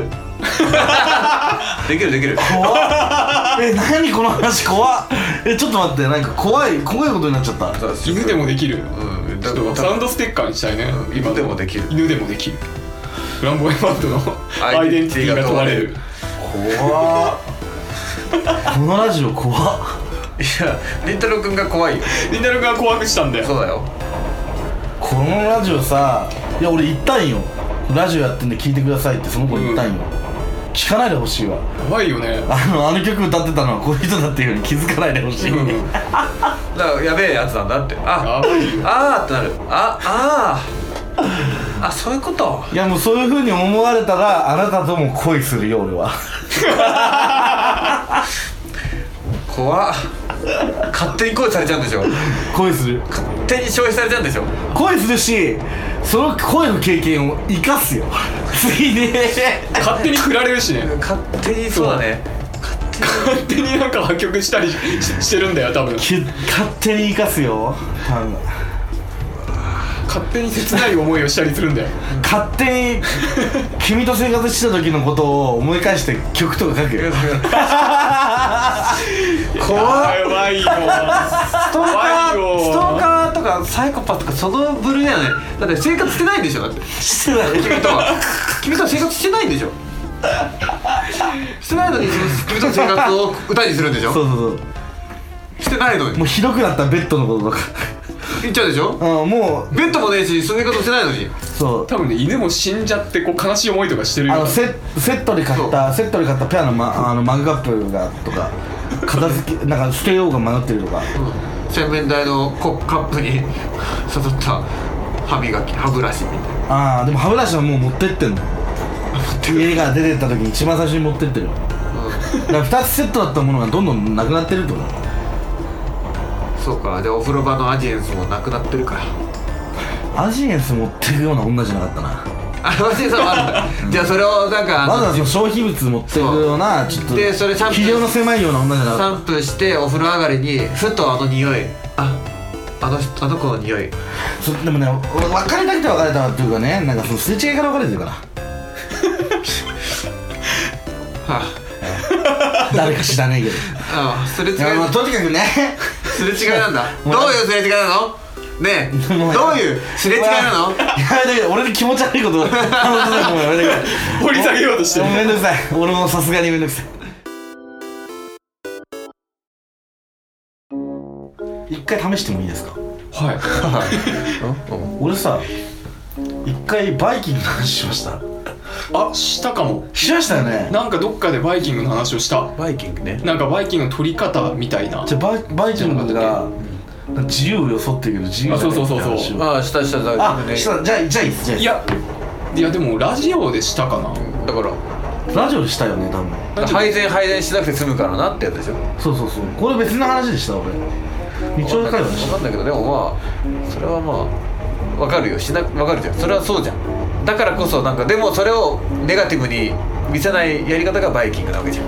Speaker 2: できるできる
Speaker 1: 怖っえ何この話怖っえちょっと待ってなんか怖い怖いことになっちゃった
Speaker 3: 犬でもできる、
Speaker 2: うん
Speaker 3: ちょっとサウンドステッカーにしたいね、
Speaker 2: うん犬でもできる
Speaker 3: 犬でもできるフランボエマートのアイデンティティが問われる
Speaker 1: 怖っこのラジオ怖っ
Speaker 2: いやりんたろうくんが怖いよ
Speaker 3: りんたろーが怖くしたんだよ
Speaker 2: そうだよ
Speaker 1: このラジオさいや俺言ったんよラジオやってんで聞いてくださいってその子に言ったんよ、
Speaker 3: うん
Speaker 1: 聞かないでほしいわ
Speaker 3: やばいよね
Speaker 1: あのあの曲歌ってたのはこういう人だっていうのに気づかないでほしい、
Speaker 3: うん
Speaker 1: や
Speaker 3: や
Speaker 2: だからやべえやつなんだってあ
Speaker 3: ばいよ
Speaker 2: あーってなるああーあそういうこと
Speaker 1: いやもうそういうふうに思われたらあなたとも恋するよ俺は
Speaker 2: 怖っ勝手に恋されちゃうんでしょ
Speaker 1: 恋する
Speaker 2: 勝手に消費されちゃうんでしょ
Speaker 1: 恋するしその恋の経験を生かすよ次 ね
Speaker 3: 勝手に振られるしね
Speaker 2: 勝手にそうだね
Speaker 3: 勝手になんか破局したりししてるんだよ多分
Speaker 1: き勝手に生かすよ多分
Speaker 3: 勝手に切ない思いをしたりするんだよ
Speaker 1: 勝手に君と生活してた時のことを思い返して曲とか書くよ
Speaker 2: 怖っ
Speaker 3: やばいよ
Speaker 2: ストーカ
Speaker 3: 怖いよ
Speaker 2: ーストーカーとかサイコパスとかその部類だよねだって生活してないんでしょだって
Speaker 1: してない
Speaker 2: 君とは君とは生活してないんでしょしてないのに君との生活を歌にするんでし
Speaker 1: そ
Speaker 2: ょ
Speaker 1: うそうそう
Speaker 2: してないのに
Speaker 1: もうひどくなったベッドのこととか
Speaker 2: 言っちゃうでしょ
Speaker 1: うんもう
Speaker 2: ベッドもねえしその生活もしてないのに
Speaker 1: そう
Speaker 3: 多分ね犬も死んじゃってこう悲しい思いとかしてる
Speaker 1: あ
Speaker 3: よ
Speaker 1: のセセットで買ったセットで買ったペアの,、ま、あのマグカップがとか片付けなんか捨てようが迷ってるとか
Speaker 2: 洗面台のコカップに刺さった歯磨き歯ブラシみたいな
Speaker 1: ああでも歯ブラシはもう持ってってんの家から出てった時に一番最初に持ってってるよだから2つセットだったものがどんどんなくなってるってこと
Speaker 2: そうかでお風呂場のアジエンスもなくなってるから
Speaker 1: アジエンス持ってくような女じゃなかったな
Speaker 2: あマジでそうあるんだじゃあそれをなんかあの
Speaker 1: わざわざ消費物持ってくようなちょっと
Speaker 2: でそれシャンプー
Speaker 1: 肥料の狭いような女じゃなかっ
Speaker 2: シャンプーしてお風呂上がりにふとあの匂いああの人あの子の匂い
Speaker 1: たそでもねお別れたくて別れたっていうかねなんかそのすれ違いから別れてるから
Speaker 2: は
Speaker 1: 誰か知らないけど
Speaker 2: あ、あ すれ違い
Speaker 1: いやまあとにかくね
Speaker 2: すれ違いなんだ ど
Speaker 1: も
Speaker 2: う
Speaker 1: う
Speaker 2: いうすれ違いなのねえ
Speaker 1: もう
Speaker 2: どういうすれ違いな
Speaker 1: や
Speaker 2: の
Speaker 1: めてくれ俺の気持ち悪いこと 話さないともやめてく
Speaker 3: 掘り下げようとして
Speaker 1: れ
Speaker 3: る
Speaker 1: もうめんどくさい俺もさすがにめんどくさい一回試してもいいですか
Speaker 3: はい
Speaker 1: 俺さ一回バイキングの話しました
Speaker 3: あしたかも
Speaker 1: しましたよね
Speaker 3: なんかどっかでバイキングの話をした
Speaker 2: バイキングね
Speaker 3: なんかバイキングの取り方みたいな
Speaker 1: じゃあバイバイキングが自由を装ってるけど自由じゃない
Speaker 3: あそうそうそうそ
Speaker 1: っ
Speaker 3: う
Speaker 1: て話を
Speaker 2: ああしたしただ
Speaker 1: あしたじゃあじゃあいいっすじゃあい
Speaker 3: い
Speaker 1: いっ
Speaker 3: やいやでもラジオでしたかな
Speaker 2: だから
Speaker 1: すラジオでしたよね多分
Speaker 2: 配膳配膳しなくて済むからなってやつでしょ
Speaker 1: そうそうそうこれ別の話でした俺日曜日会話でし
Speaker 2: わかんないけどでもまあそれはまあわかるよしなわかるじゃんそれはそうじゃんだからこそなんかでもそれをネガティブに見せないやり方がバイキングなわけじゃん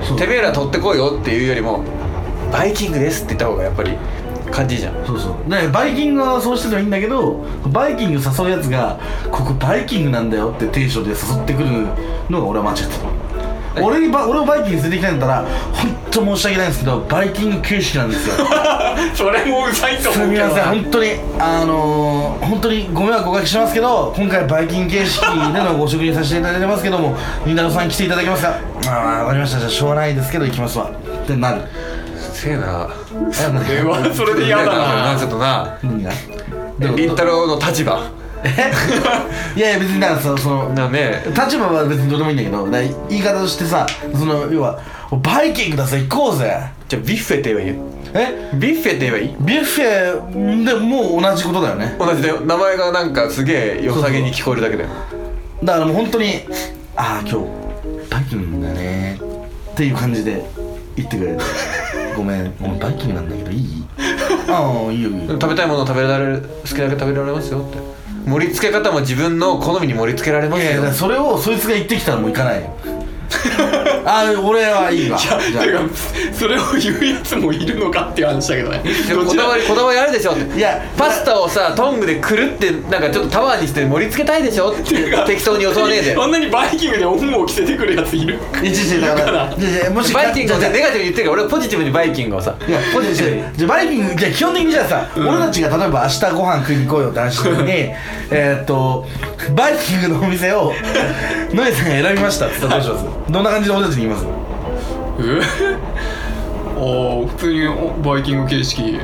Speaker 1: たそう
Speaker 2: てめえら取ってこいよっていうよりもバイキングですって言った方がやっぱり感じいいじゃん
Speaker 1: そうそうねバイキングはそうしててもいいんだけどバイキング誘うやつが「ここバイキングなんだよ」ってテンションで誘ってくるのが俺は間違ってた俺にバ俺をバイキングに連れてきたんだったら本当申し訳ないんですけどバイキング形式なんですよ
Speaker 3: それもうざい と
Speaker 1: す
Speaker 3: 思う
Speaker 1: み
Speaker 3: け
Speaker 1: ま
Speaker 3: ど
Speaker 1: せん 本当にあのー、本当にご迷惑おかけしますけど今回バイキング形式でのご食事させていただいてますけどもりんたろーさん来ていただけますかああ分かりましたじゃあしょうがないですけど行きますわってなる
Speaker 2: せえ な
Speaker 3: それはそれで嫌だ
Speaker 2: なちょ
Speaker 3: な
Speaker 2: っとな
Speaker 1: 何が
Speaker 2: りんたろーの立場
Speaker 1: え いやいや別になんかそのその
Speaker 2: なね
Speaker 1: 立場は別にどうでもいいんだけどだから言い方としてさその要は「バイキングだぜ行こうぜ
Speaker 2: じゃあビュッフェって言えばいいよ」
Speaker 1: え
Speaker 2: ビュッフェって言えばいい
Speaker 1: ビュッフェでもう同じことだよね
Speaker 2: 同じだよ名前がなんかすげえ良さげに聞こえるだけだよ
Speaker 1: だからもう本当に「ああ今日バイキングだね」っていう感じで言ってくれる ごめん俺バイキングなんだけどいいああいいよいいよ
Speaker 2: 食べたいものを食べられる好きなだけ食べられますよって盛り付け方も自分の好みに盛り付けられま
Speaker 1: い
Speaker 2: す
Speaker 1: やいやだか
Speaker 2: よ
Speaker 1: らそれをそいつが言ってきたらもう行かないよあ俺はいいわじゃあ
Speaker 3: ていうかそれを言うやつもいるのかっていう話だけどね
Speaker 2: でもこだわりこだわりあるでしょって
Speaker 1: いや
Speaker 2: パスタをさトングでくるってなんかちょっとタワーにして盛り付けたいでしょって適当に襲わねえ で
Speaker 3: あんなにバイキングでオンを着せてくるやつ いる
Speaker 1: いや違う違うだからいやいやもし
Speaker 2: バイキングを
Speaker 1: じ
Speaker 2: さ
Speaker 1: ゃあ
Speaker 2: ネガティブに言ってるから俺はポジティブにバイキングをさ
Speaker 1: いや
Speaker 2: ポジティブに
Speaker 1: じゃあバイキングじゃあ基本的にじゃあさ、俺たちが例えば明日ご飯食いに行こうよって話した 時にえーっとバイキングのお店 をノエさんが選びましたって言ったらどうしますどんな感じで俺たちに言います
Speaker 3: えああ普通におバイキング形式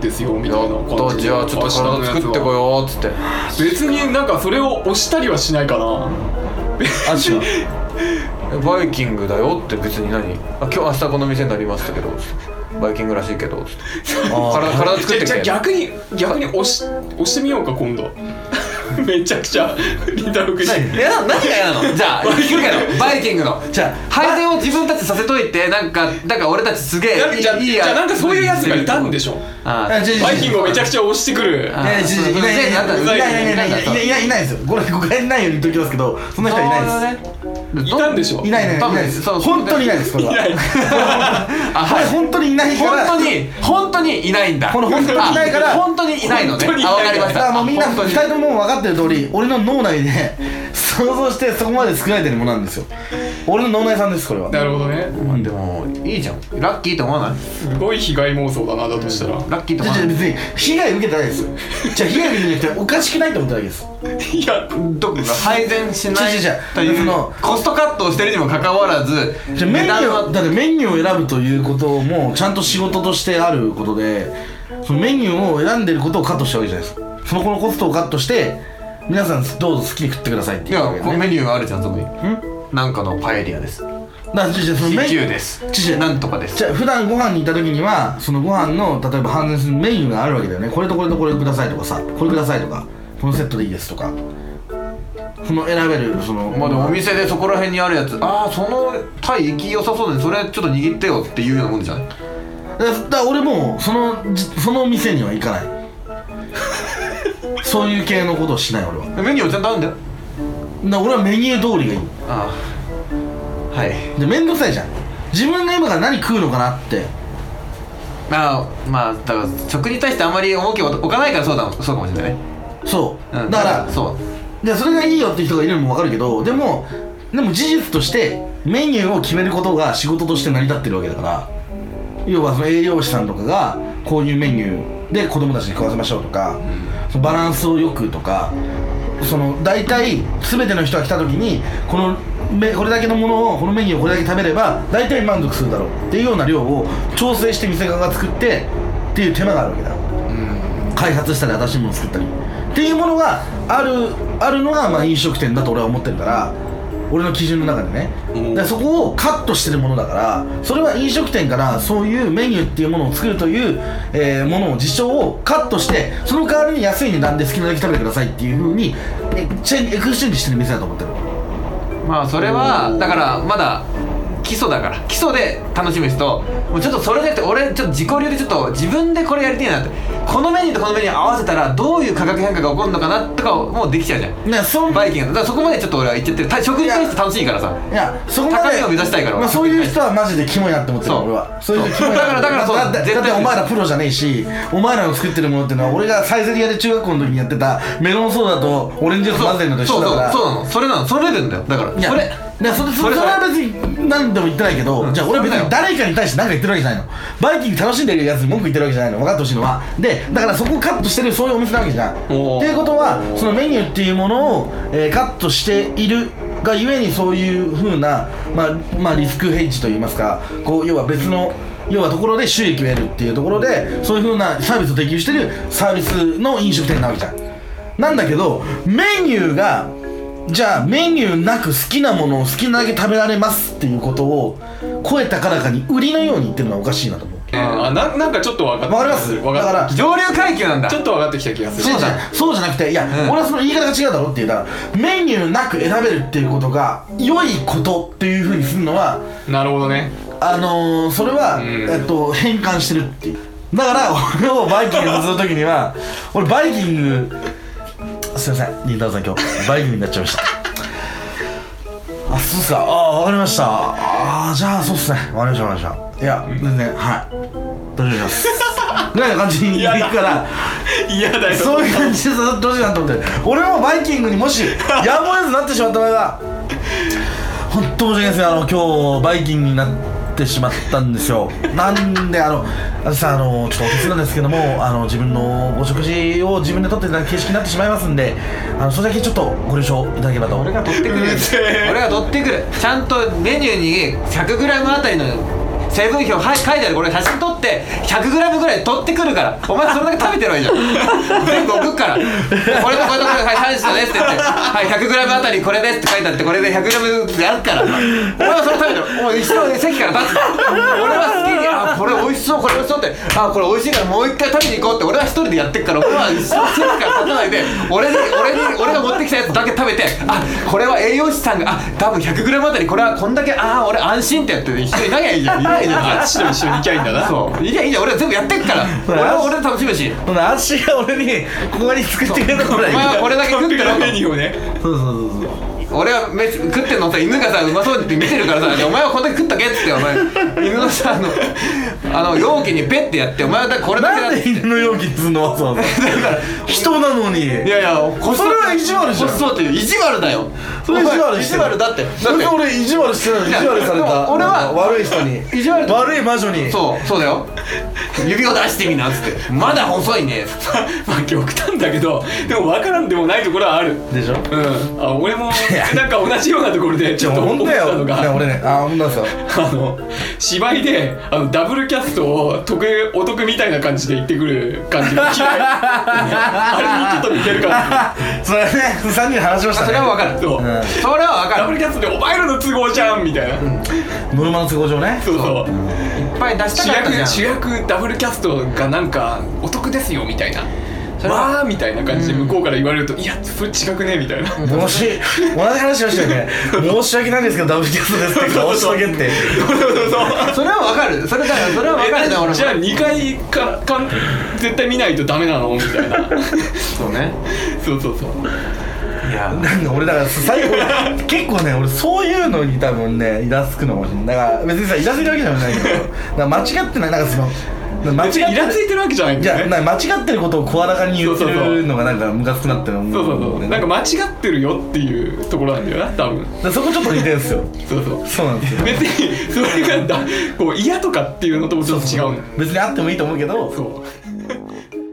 Speaker 3: ですよみたいな感じ
Speaker 2: じゃあちょっと体作ってこ
Speaker 3: よ
Speaker 2: ようっつって
Speaker 3: 別になんかそれを押したりはしないか
Speaker 1: あ
Speaker 3: な
Speaker 1: 違う
Speaker 2: バイキングだよって別に何あ今日明日この店になりましたけどつってバイキングらしいけどつって体体作って
Speaker 3: じゃあ
Speaker 2: くれ
Speaker 3: 逆に逆に押し押してみようか今度めちゃくちゃりんたろーく
Speaker 2: いや何が嫌なのじゃあ聞くけどバイキングの
Speaker 1: じゃあ
Speaker 2: 配膳を自分たちさせといてなんかだから俺たちすげえ
Speaker 3: じゃあ
Speaker 2: いい
Speaker 3: じゃあ
Speaker 2: いい
Speaker 3: じゃあなんかそういうやつがいたんでしょ
Speaker 2: あ
Speaker 1: あ違う違う違う
Speaker 3: バイキングをめちゃくちゃ押してくる
Speaker 2: あ
Speaker 1: いやいやいやいやいやいやいやいやいやいやいやいないですよこれ誤解ないように言っておきますけどそんな人はいないです
Speaker 2: い
Speaker 3: いたんでしょ
Speaker 1: いないいないい
Speaker 2: 多分
Speaker 1: ないです
Speaker 2: そう
Speaker 1: 本当にいないですこれ
Speaker 3: い
Speaker 1: は
Speaker 3: ない
Speaker 2: あ
Speaker 1: こ
Speaker 2: は
Speaker 1: れ
Speaker 2: い
Speaker 1: 本当にいないから
Speaker 2: 本当に本当にいないんだ
Speaker 1: この本当にいないから
Speaker 2: あ本当にいないのね
Speaker 3: 本当にい
Speaker 2: あ
Speaker 3: ない
Speaker 2: わかりまし
Speaker 1: だか
Speaker 2: た
Speaker 1: らもうみんな
Speaker 2: あ本
Speaker 1: 2
Speaker 2: 当に
Speaker 1: 人とも分かってる通り俺の脳内で想像してそこまで作られてるものなんですよ俺の脳内さんですこれは
Speaker 3: なるほどね
Speaker 2: まあでもいいじゃんラッキーと思わない
Speaker 3: すごい被害妄想だなだとしたら
Speaker 2: ラッキーと
Speaker 1: じゃ
Speaker 2: 思わ
Speaker 1: じゃ
Speaker 2: ない
Speaker 1: 別に被害受けてないですよじゃあ被害受けてなくておかしくないって思っただけです
Speaker 3: いや
Speaker 2: どこか配膳しない
Speaker 1: 違う違う違う
Speaker 2: とい
Speaker 1: そうの
Speaker 2: コストカットをしてるにもかかわらず
Speaker 1: じゃあメニュ
Speaker 2: 値段
Speaker 1: ー
Speaker 2: は
Speaker 1: だってメニューを選ぶということもちゃんと仕事としてあることでそのメニューを選んでることをカットしたわけじゃないですかそのこのコストをカットして皆さんどうぞ好きに食ってくださいって
Speaker 2: い
Speaker 1: 言うわ
Speaker 2: や
Speaker 1: け
Speaker 2: こう
Speaker 1: ね
Speaker 2: メニューがあるじゃんそこになんかのパエリアです
Speaker 1: だからじゃあじゃあそのメニュー
Speaker 2: CQ です
Speaker 1: 違う違う
Speaker 2: なんとかです
Speaker 1: じゃあ普段ご飯に行った時にはそのご飯の例えば半するメニューがあるわけだよねこれとこれとこれくださいとかさこれくださいとかこのセットでいいですとかその選べるその
Speaker 2: まあでもお店でそこら辺にあるやつああそのタイ行き良さそうでそれちょっと握ってよっていうようなもんじゃない
Speaker 1: だだから俺もそのじその店には行かないそういう系のことをしない俺はだか
Speaker 2: メニューはちゃんとあるんだよ
Speaker 1: ら俺はメニュー通りがいい
Speaker 2: ああはい
Speaker 1: で面倒くさいじゃん自分が今から何食うのかなって
Speaker 2: まあまあだから食に対してあんまり重きを置かないからそうだもんそうかもしれないね、
Speaker 1: そう、
Speaker 2: うん、
Speaker 1: だから
Speaker 2: そう
Speaker 1: でそれがいいよって人がいるのもわかるけどでもでも事実としてメニューを決めることが仕事として成り立ってるわけだから要はその栄養士さんとかがこういうメニューで子供たちに食わせましょうとか、そのバランスをよくとかその大体全ての人が来た時にこのめこれだけのものをこのメニューをこれだけ食べれば大体満足するだろうっていうような量を調整して店側が作ってっていう手間があるわけだ開発したり新しいものを作ったりっていうものがあるあるのがまあ飲食店だと俺は思ってるから俺の基準の中でね、だからそこをカットしてるものだからそれは飲食店からそういうメニューっていうものを作るという、えーものを事象をカットしてその代わりに安い値段で好きなだけ食べてくださいっていうふうにえチェンエクスチェンジしてる店だと思ってる
Speaker 2: まあそれはだからまだ基礎だから基礎で楽しむ人ともうちょっとそれじゃなくて俺ちょっと自己流でちょっと自分でこれやりたいなってこのメニューとこのメニュー合わせたらどういう化学変化が起こるのかなとかをもうできちゃうじゃん
Speaker 1: ねそん
Speaker 2: バイキングだからそこまでちょっと俺は行っちゃってるた食に対して楽しいからさ
Speaker 1: いやそこまで
Speaker 2: 高みを目指したいから
Speaker 1: まあ、そういう人はマジでキモいなって思ってる
Speaker 2: そう
Speaker 1: 俺はそういう人キ
Speaker 2: そう
Speaker 1: モいな
Speaker 2: だからだからそう
Speaker 1: だって
Speaker 2: 絶
Speaker 1: だ
Speaker 2: 対
Speaker 1: ってお前らプロじゃねえしお前らの作ってるものってのは俺がサイゼリアで中学校の時にやってたメロンソーダとオレンジジュース混ぜるのと一緒だから
Speaker 2: そうそうそうなのそれなのそれでんだよだから
Speaker 1: いや
Speaker 2: それ
Speaker 1: いやそれそれそれは別に何でも言ってないけど、
Speaker 2: うん
Speaker 1: じゃあ俺は別
Speaker 2: そ
Speaker 1: に
Speaker 2: れだ
Speaker 1: 誰かに対して何か言ってるわけじゃないのバイキング楽しんでるやつに文句言ってるわけじゃないの分かってほしいのはでだからそこをカットしてるそういうお店なわけじゃんって
Speaker 3: おー
Speaker 1: いうことはそのメニューっていうものを、えーカットしているがゆえにそういうふうな、まあまあ、リスクヘッジといいますかこう要は別の要はところで収益を得るっていうところでそういうふうなサービスを提供してるサービスの飲食店なわけじゃんなんだけどメニューがじゃあメニューなく好きなものを好きなだけ食べられますっていうことを声高らかに売りのように言ってるのはおかしいなと思う
Speaker 3: えーあななんかちょっと分かった
Speaker 1: わかります
Speaker 3: 分
Speaker 1: だか
Speaker 3: からった
Speaker 2: 上流階級なんだ
Speaker 3: ちょっと分かってきた気がす
Speaker 1: 違
Speaker 3: る
Speaker 1: う違うそうじゃなくていや、
Speaker 2: うん
Speaker 1: 俺はその言い方が違うだろって言ったらメニューなく選べるっていうことが良いことっていうふうにするのは
Speaker 3: なるほどね
Speaker 1: あのー、それは、
Speaker 3: ん
Speaker 1: えっと変換してるっていうだから俺をバイキングにするときには俺バイキングすいませんリンダーさん今日バイキングになっちゃいましたあそうっすかあわかりましたあーじゃあそうっすねわかりましたわかりましたいや全然はい大丈夫ですぐらいの感じにいくから
Speaker 3: 嫌だよ
Speaker 1: そういう感じでどうしようなと思って俺もバイキングにもしやむを得ずなってしまった場合は本当申し訳ないですねあの今日バイキングになってしまったんですよなんであのあのさあのちょっとお手伝いなんですけどもあの自分のお食事を自分で取っていただく形式になってしまいますんであのそれだけちょっとご了承いただければと
Speaker 2: 俺が取ってくる
Speaker 3: うるせ え
Speaker 2: 俺が取ってくるちゃんとメニューに 100g あたりの成分表はい書いてあるこれ写真撮って 100g ぐらい取ってくるからお前それだけ食べてろいいじゃん全部送っからこれとこれとこれはい30ですって言ってはい 100g あたりこれですって書いてあってこれで 100g やるからお前はそれ食べてろお前後ろで席から立つ俺は好きにあこれ美味しそうこれ美味しそうってあこれ美味しいからもう一回食べに行こうって俺は一人でやってっから俺は一生席から立たないで俺に俺に俺が持ってきたやつだけ食べてあこれは栄養士さんがあ多分 100g あたりこれはこんだけああ俺安心ってやって一緒にいなきゃいいじゃんいないじゃん
Speaker 3: あっちと一緒に行きゃいいんだな
Speaker 2: そういいじゃんいいじゃん俺は全部やってっから俺は俺で楽しむし
Speaker 1: ほな足が俺にここに作ってくれたこ
Speaker 2: お
Speaker 1: ら
Speaker 2: 前はこれだけ食ってろと
Speaker 3: メニューをね
Speaker 1: そうそうそうそう
Speaker 2: 俺はめ食ってんのさ犬がさうまそうって見てるからさ「お前はこんだけ食ったけ?」っつってお前犬のさあのあの容器にペッてやって「お前はだこれだけ
Speaker 1: な
Speaker 2: だっ
Speaker 1: ん
Speaker 2: て
Speaker 1: で犬の容器にすんのわざわざ人 なのに
Speaker 2: いやいや、こ
Speaker 1: それは意地悪じゃん
Speaker 2: こそうっていう、意地悪だよ。
Speaker 1: それ意地悪してる
Speaker 2: お前意地悪だって。だって
Speaker 1: それで俺意地悪してたのに意地悪され
Speaker 2: いやで
Speaker 1: た
Speaker 2: も俺は
Speaker 1: 悪い人に
Speaker 2: 意地悪だ
Speaker 1: 悪い魔女に
Speaker 2: そう、そうだよ。指を出してみなっつって。まだ細いね。
Speaker 3: まあ極端だけどでも分からんでもないところはある
Speaker 1: でしょ
Speaker 3: うんあ俺 もなんか同じようなところでち
Speaker 1: じ
Speaker 3: ょ
Speaker 1: ゃ
Speaker 3: っと
Speaker 1: ほん
Speaker 3: 思っ
Speaker 1: と
Speaker 3: て
Speaker 1: だ
Speaker 3: たの
Speaker 1: よね
Speaker 3: が
Speaker 1: 俺ねあほんとですよ
Speaker 3: あの芝居であのダブルキャストを得お得みたいな感じで言ってくる感じが嫌い あれにちょっと似てるか
Speaker 1: それね3人で話しましたね
Speaker 2: それはわかる。
Speaker 3: らそう、
Speaker 1: うん
Speaker 2: それはわか
Speaker 3: ダブ
Speaker 2: る。
Speaker 3: ルキャストでお前らの都合じゃんみたいな、
Speaker 1: ノルマの都合上ね
Speaker 3: そうそう
Speaker 2: いっぱい出し
Speaker 3: 主
Speaker 2: たかったじゃ
Speaker 3: 役
Speaker 2: ん。
Speaker 3: 主役ダブルキャストがなんかお得ですよみたいな
Speaker 2: それは
Speaker 3: わーみたいな感じで向こうから言われると、いやそれ違くねみたいな、
Speaker 1: もし同じ話しましたよ ね申し訳ないんですけどダブルキャストですって顔しとけって
Speaker 3: そうそうそう
Speaker 2: それはわかる。それだよ、それはわかるね、俺も。
Speaker 3: じゃあ2回かかん絶対見ないとダメなのみたいな
Speaker 2: そうね。
Speaker 3: そうそうそう
Speaker 2: いや。
Speaker 1: なんか俺だから最後結構ね俺そういうのに多分ねイラつくのかもしれないだから別にさイラついてるわけじゃないけどだから間違ってないなんかその間違っ
Speaker 3: 別にイラついてるわけじゃないん
Speaker 1: い
Speaker 3: だ
Speaker 1: や
Speaker 3: よ
Speaker 1: な
Speaker 3: ね
Speaker 1: んか間違ってることを声高に言ってるのがなんかムカつくなって思
Speaker 3: そうそうそううん
Speaker 1: だ
Speaker 3: なん
Speaker 1: よ
Speaker 3: か
Speaker 1: ね
Speaker 3: 間違ってるよっていうところなんだよな多分
Speaker 1: だからそこちょっと似てるんですよ
Speaker 3: そうそう
Speaker 1: そうなんですよ
Speaker 3: 別にそれがだこう嫌とかっていうのともちょっと違うんだよ
Speaker 1: 別にあってもいいと思うけど
Speaker 3: そう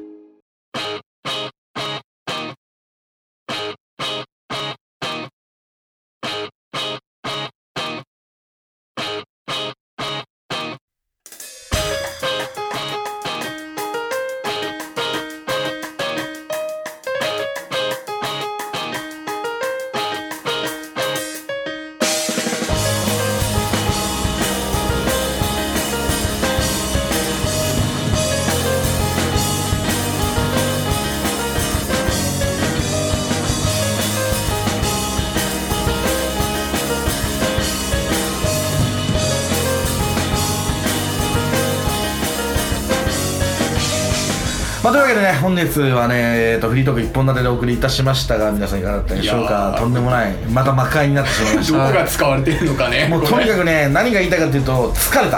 Speaker 1: まあというわけでね本日はね、えー、とフリートーク一本立てでお送りいたしましたが皆さんいかがだったでしょう
Speaker 3: いや
Speaker 1: か
Speaker 3: ー
Speaker 1: とんでもないまた魔界になってしまいまし
Speaker 3: どこ
Speaker 1: た
Speaker 3: が使われてるのかね
Speaker 1: もうとにかくね何が言いたいかというと疲 れた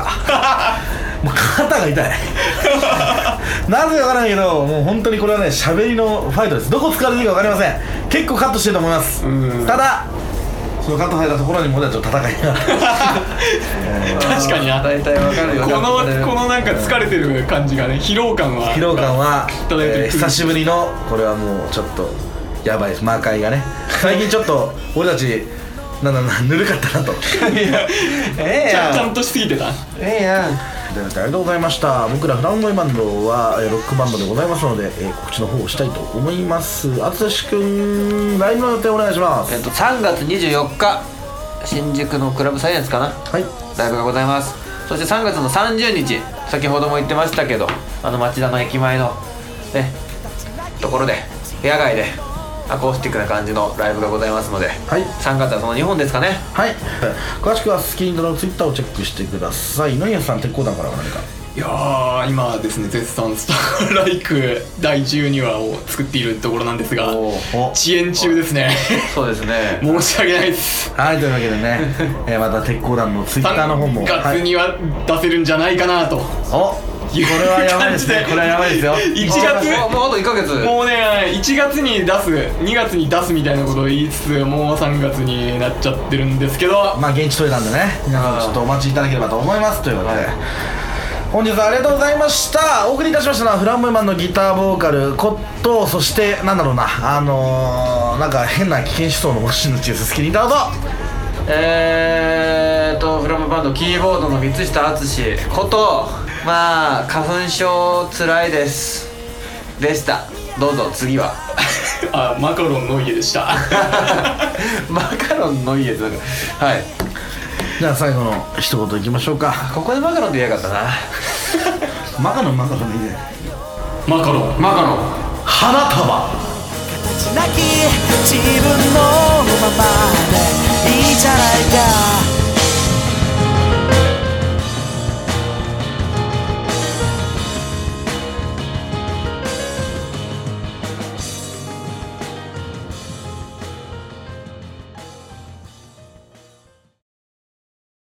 Speaker 1: もう肩が痛いなぜかわからないけどもう本当にこれはね喋りのファイトですどこ疲れてるかわかりません結構カットしてると思います
Speaker 3: うん
Speaker 1: ただそのカットされたところにも俺たちの戦いが
Speaker 3: 確かにな
Speaker 2: 大体わかるよ。
Speaker 3: このこのなんか疲れてる感じがね疲労感は
Speaker 1: 疲労感は、
Speaker 3: ただいて
Speaker 1: えー久しぶりのこれはもうちょっとやばいです魔界がね最近ちょっと俺たちなんだなんだぬるかったなと
Speaker 2: ええ
Speaker 3: ち
Speaker 2: や
Speaker 3: ゃちゃ
Speaker 2: ん。
Speaker 3: んとしすぎてた
Speaker 2: ええやん。
Speaker 1: というわけでありがとうございました僕らフランボイバンドはえーロックバンドでございますので、えー告知の方をしたいと思います淳君ライブの予定お願いしま
Speaker 2: え
Speaker 1: す
Speaker 2: っと、3月24日、新宿のクラブサイエンスかな。
Speaker 1: はい
Speaker 2: ライブがございますそして3月の30日先ほども言ってましたけどあの町田の駅前のねところで野外でアコースティックな感じのライブがございますので、
Speaker 1: はい
Speaker 2: 3月はその2本ですかね
Speaker 1: はい詳しくはスキンドのツイッターをチェックしてください野宮さん鉄鋼団からは何か
Speaker 3: いやー今ですね絶賛「スターライク」 第12話を作っているところなんですが
Speaker 2: おー
Speaker 1: お
Speaker 3: 遅延中ですね
Speaker 2: そうですね
Speaker 3: 申し訳ないです
Speaker 1: はいというわけでね、えーまた鉄鋼団のツイッターの方も、
Speaker 3: 3
Speaker 1: は
Speaker 3: 月
Speaker 1: い、
Speaker 3: には出せるんじゃないかなと
Speaker 1: おこれはやばいです ねこれはやばいですよ
Speaker 3: 1
Speaker 2: もうもう
Speaker 3: 月
Speaker 2: あと1ヶ月
Speaker 3: もうね1月に出す2月に出すみたいなことを言いつつもう3月になっちゃってるんですけど
Speaker 1: まあ現地トイレなんでね皆さんちょっとお待ちいただければと思いますということで本日はありがとうございましたお送りいたしましたのはフランボイマンのギターボーカルコットそしてなんだろうなあのー、なんか変な危険思想の星野千恵スキニターと
Speaker 2: えーっとフラムバンドキーボードの三下敦ことまあ花粉症つらいですでしたどうぞ次は
Speaker 3: あマカロンの家でした
Speaker 2: マカロンの家ですなんかはい
Speaker 1: じゃあ最後の一言いきましょうか
Speaker 2: ここでマカロンって言えばよかったな
Speaker 1: マカロンマカロンでいいね
Speaker 3: マカロン
Speaker 2: マカロン
Speaker 1: 花束
Speaker 4: 形なき自分のままでいいじゃないか